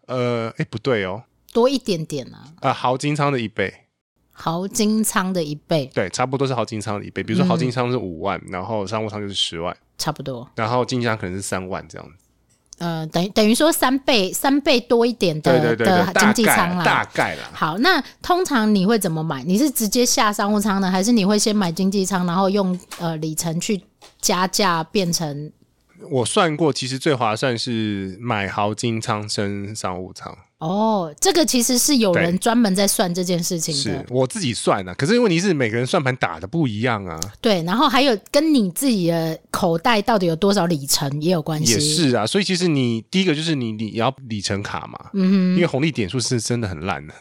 B: 呃，哎，不对哦，
A: 多一点点啊，
B: 呃，豪金舱的一倍，
A: 豪金舱的一倍，
B: 对，差不多是豪金舱的一倍。
A: 嗯
B: 比如说豪金舱是五万、然后商务舱就是十万，
A: 差不多。
B: 然后经济舱可能是三万这样子。
A: 呃，等于等于说三倍三倍多一点的
B: 对对对对，
A: 的
B: 大
A: 经济舱
B: 概
A: 啦，
B: 大概啦。
A: 好，那通常你会怎么买？你是直接下商务舱呢，还是你会先买经济舱，然后用呃里程去加价变成？
B: 我算过，其实最划算是买豪金舱升商务舱，
A: 哦，这个其实是有人
B: 对
A: 专门在算这件事情
B: 是
A: 的，
B: 我自己算啊。可是问题是每个人算盘打的不一样啊，
A: 对。然后还有跟你自己的口袋到底有多少里程也有关系，
B: 也是啊。所以其实你第一个就是你你要里程卡嘛，嗯，因为红利点数是真的很 烂的。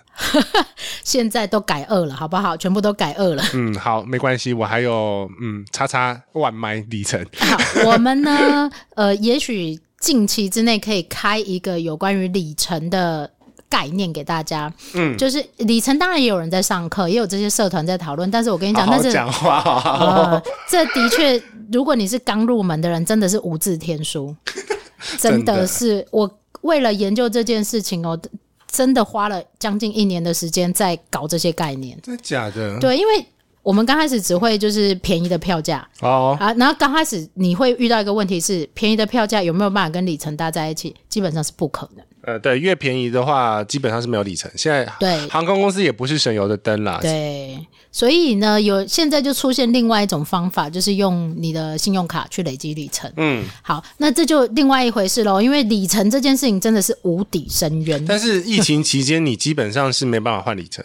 A: 现在都改二了，好不好？全部都改二了。
B: 嗯，好，没关系，我还有嗯叉叉万麦里程，
A: 好，我们呢，呃，也许近期之内可以开一个有关于里程的。概念给大家，嗯，就是里程当然也有人在上课，也有这些社团在讨论，但是我跟你
B: 好
A: 讲，
B: 好
A: 但是
B: 讲话 哦。
A: 呃，这的确，如果你是刚入门的人，真的是无字天 书，真的是我为了研究这件事情哦，真的花了将近一年的时间在搞这些概念。
B: 真的假的？
A: 对，因为我们刚开始只会就是便宜的票价
B: 哦，
A: 啊，然后刚开始你会遇到一个问题是，便宜的票价有没有办法跟里程搭在一起？基本上是不可能。
B: 呃，对，越便宜的话，基本上是没有里程。现在
A: 对
B: 航空公司也不啊是省油的灯啦。
A: 对，所以呢，有现在就出现另外一种方法，就是用你的信用卡去累积里程。
B: 嗯，
A: 好，那这就另外一回事喽，因为里程这件事情真的是无底深渊。
B: 但是疫情期间，你基本上是没办法换里程，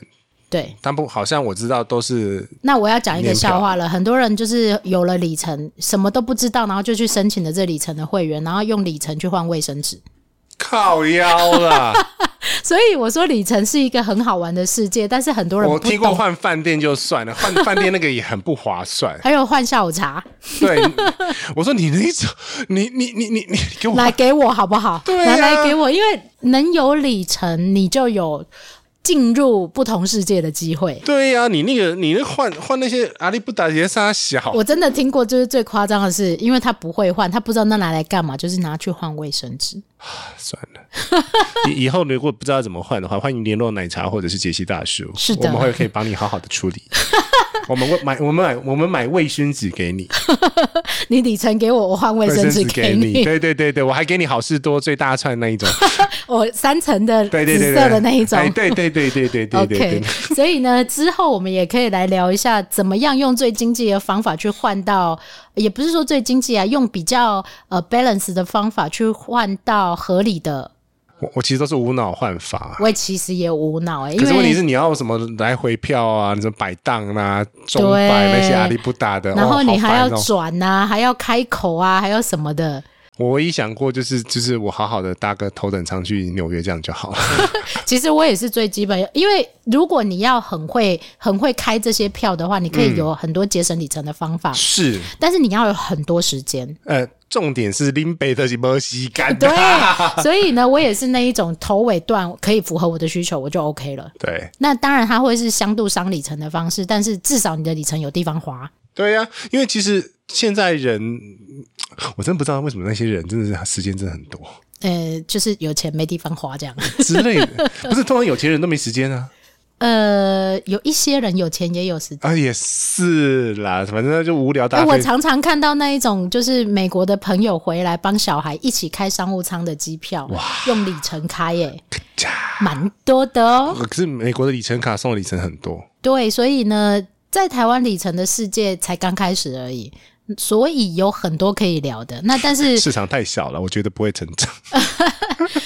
A: 对，
B: 但不好像我知道都是
A: 那我要讲一个
B: 年票
A: 笑话了，很多人就是有了里程，什么都不知道，然后就去申请了这里程的会员，然后用里程去换卫生纸。
B: 靠腰 啦。
A: 所以我说里程是一个很好玩的世界，但是很多人
B: 我
A: 不
B: 听过
A: 懂。。
B: 换饭店就算了，换饭店那个也很不划算
A: 还有换下午茶
B: 对，我说你那种，你你你你你给我
A: 来给我好不好？
B: 对
A: 来
B: 啊
A: 来给我，因为能有里程，你就有进入不同世界的机会。
B: 对呀、你那个你那换换那些阿里不达杰沙小，
A: 我真的听过，就是最夸张的是，因为他不会换，他不知道那拿来干嘛，就是拿去换卫生纸。
B: 算了。以以后如果不知道怎么换的话，欢迎联络奶茶或者是杰西大叔，
A: 是的
B: 我们会可以帮你好好的处理。 我们会买，我们买，我们买卫生纸给你，
A: 你里程给我，我换 卫生纸
B: 给
A: 你，
B: 对对对对，我还给你好事多最大串那一种，
A: 我三层的
B: 对 对
A: 紫
B: 对对，
A: 色的那一种。
B: 哎对对对对对对对
A: OK，
B: 对。
A: 所以呢，之后我们也可以来聊一下，怎么样用最经济的方法去换到，也不是说最经济啊，用比较呃 balance 的方法去换到合理的。
B: 我我其实都是无脑换法。
A: 我也其实也无脑哎、欸，因
B: 可是问题
A: 为
B: 是你要什么来回票啊，你什么摆档啊、中
A: 对
B: 摆那些阿里不打的，
A: 然
B: 哦
A: 后你
B: 好
A: 还
B: 烦
A: 要
B: 哦
A: 转啊，还要开口啊，还要什么的。
B: 我唯一想过就是就是我好好的搭个头等舱去纽约这样就好了。
A: 其实我也是最基本，因为如果你要很会很会开这些票的话，你可以有很多节省里程的方法，
B: 嗯是，
A: 但是你要有很多时间。
B: 呃，重点是林北特是没啊吸 干 的。
A: 对，所以呢，我也是那一种头尾段可以符合我的需求，我就 OK 了。
B: 对
A: 那当然，它会是相度伤里程的方式，但是至少你的里程有地方花。
B: 对呀、因为其实现在人，我真不知道为什么那些人真的是时间真的很多
A: 呃，就是有钱没地方花这样。
B: 之类的，不是通常有钱人都没时间啊。
A: 呃，有一些人有钱也有时间。
B: 啊，也是啦，反正就无聊
A: 哎
B: 搭
A: 我
B: 配。
A: 常常看到那一种，就是美国的朋友回来帮小孩一起开商务舱的机票，用里程开、耶，蛮多的哦。
B: 可是美国的里程卡送的里程很多，
A: 对，所以呢，在台湾里程的世界才刚开始而已，所以有很多可以聊的。那但是
B: 市场太小了，我觉得不会成长。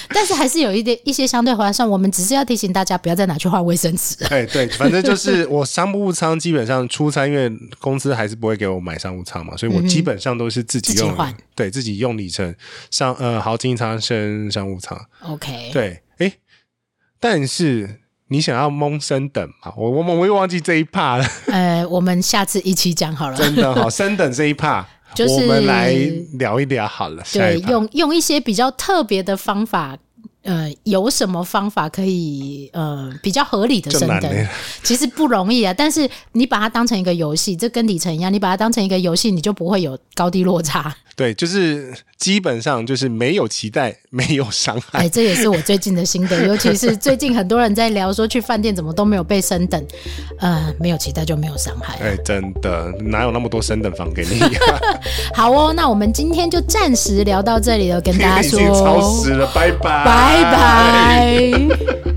A: 但是还是有一点一些相对划算。我们只是要提醒大家，不要再拿去换卫生纸。
B: 哎，对，反正就是我商务舱基本上出差，因为公司还是不会给我买商务舱嘛，所以我基本上都是自己
A: 嗯自己
B: 用，
A: 换
B: 对自己用里程上呃豪金舱升商务舱。
A: OK，
B: 对，哎，但是你想要蒙升等嘛？我我我又忘记这一趴了，
A: 呃，我们下次一起讲好了。
B: 真的好，升等这一趴，
A: 就是
B: 我们来聊一聊好了。下
A: 对
B: 一，趴
A: 用用一些比较特别的方法，呃，有什么方法可以呃比较合理的
B: 就
A: 升
B: 难
A: 等
B: 了？
A: 其实不容易啊，但是你把它当成一个游戏，这跟里程一样，你把它当成一个游戏，你就不会有高低落差。
B: 对，就是基本上就是没有期待，没有伤害。
A: 哎，这也是我最近的心 得，尤其是最近很多人在聊说去饭店怎么都没有被升等，呃，没有期待就没有伤害。
B: 哎，真的哪有那么多升等房给你？啊
A: 好哦，那我们今天就暂 时聊到这里了，跟大家哎
B: 已
A: 说
B: 经超时了，拜拜，
A: 拜拜。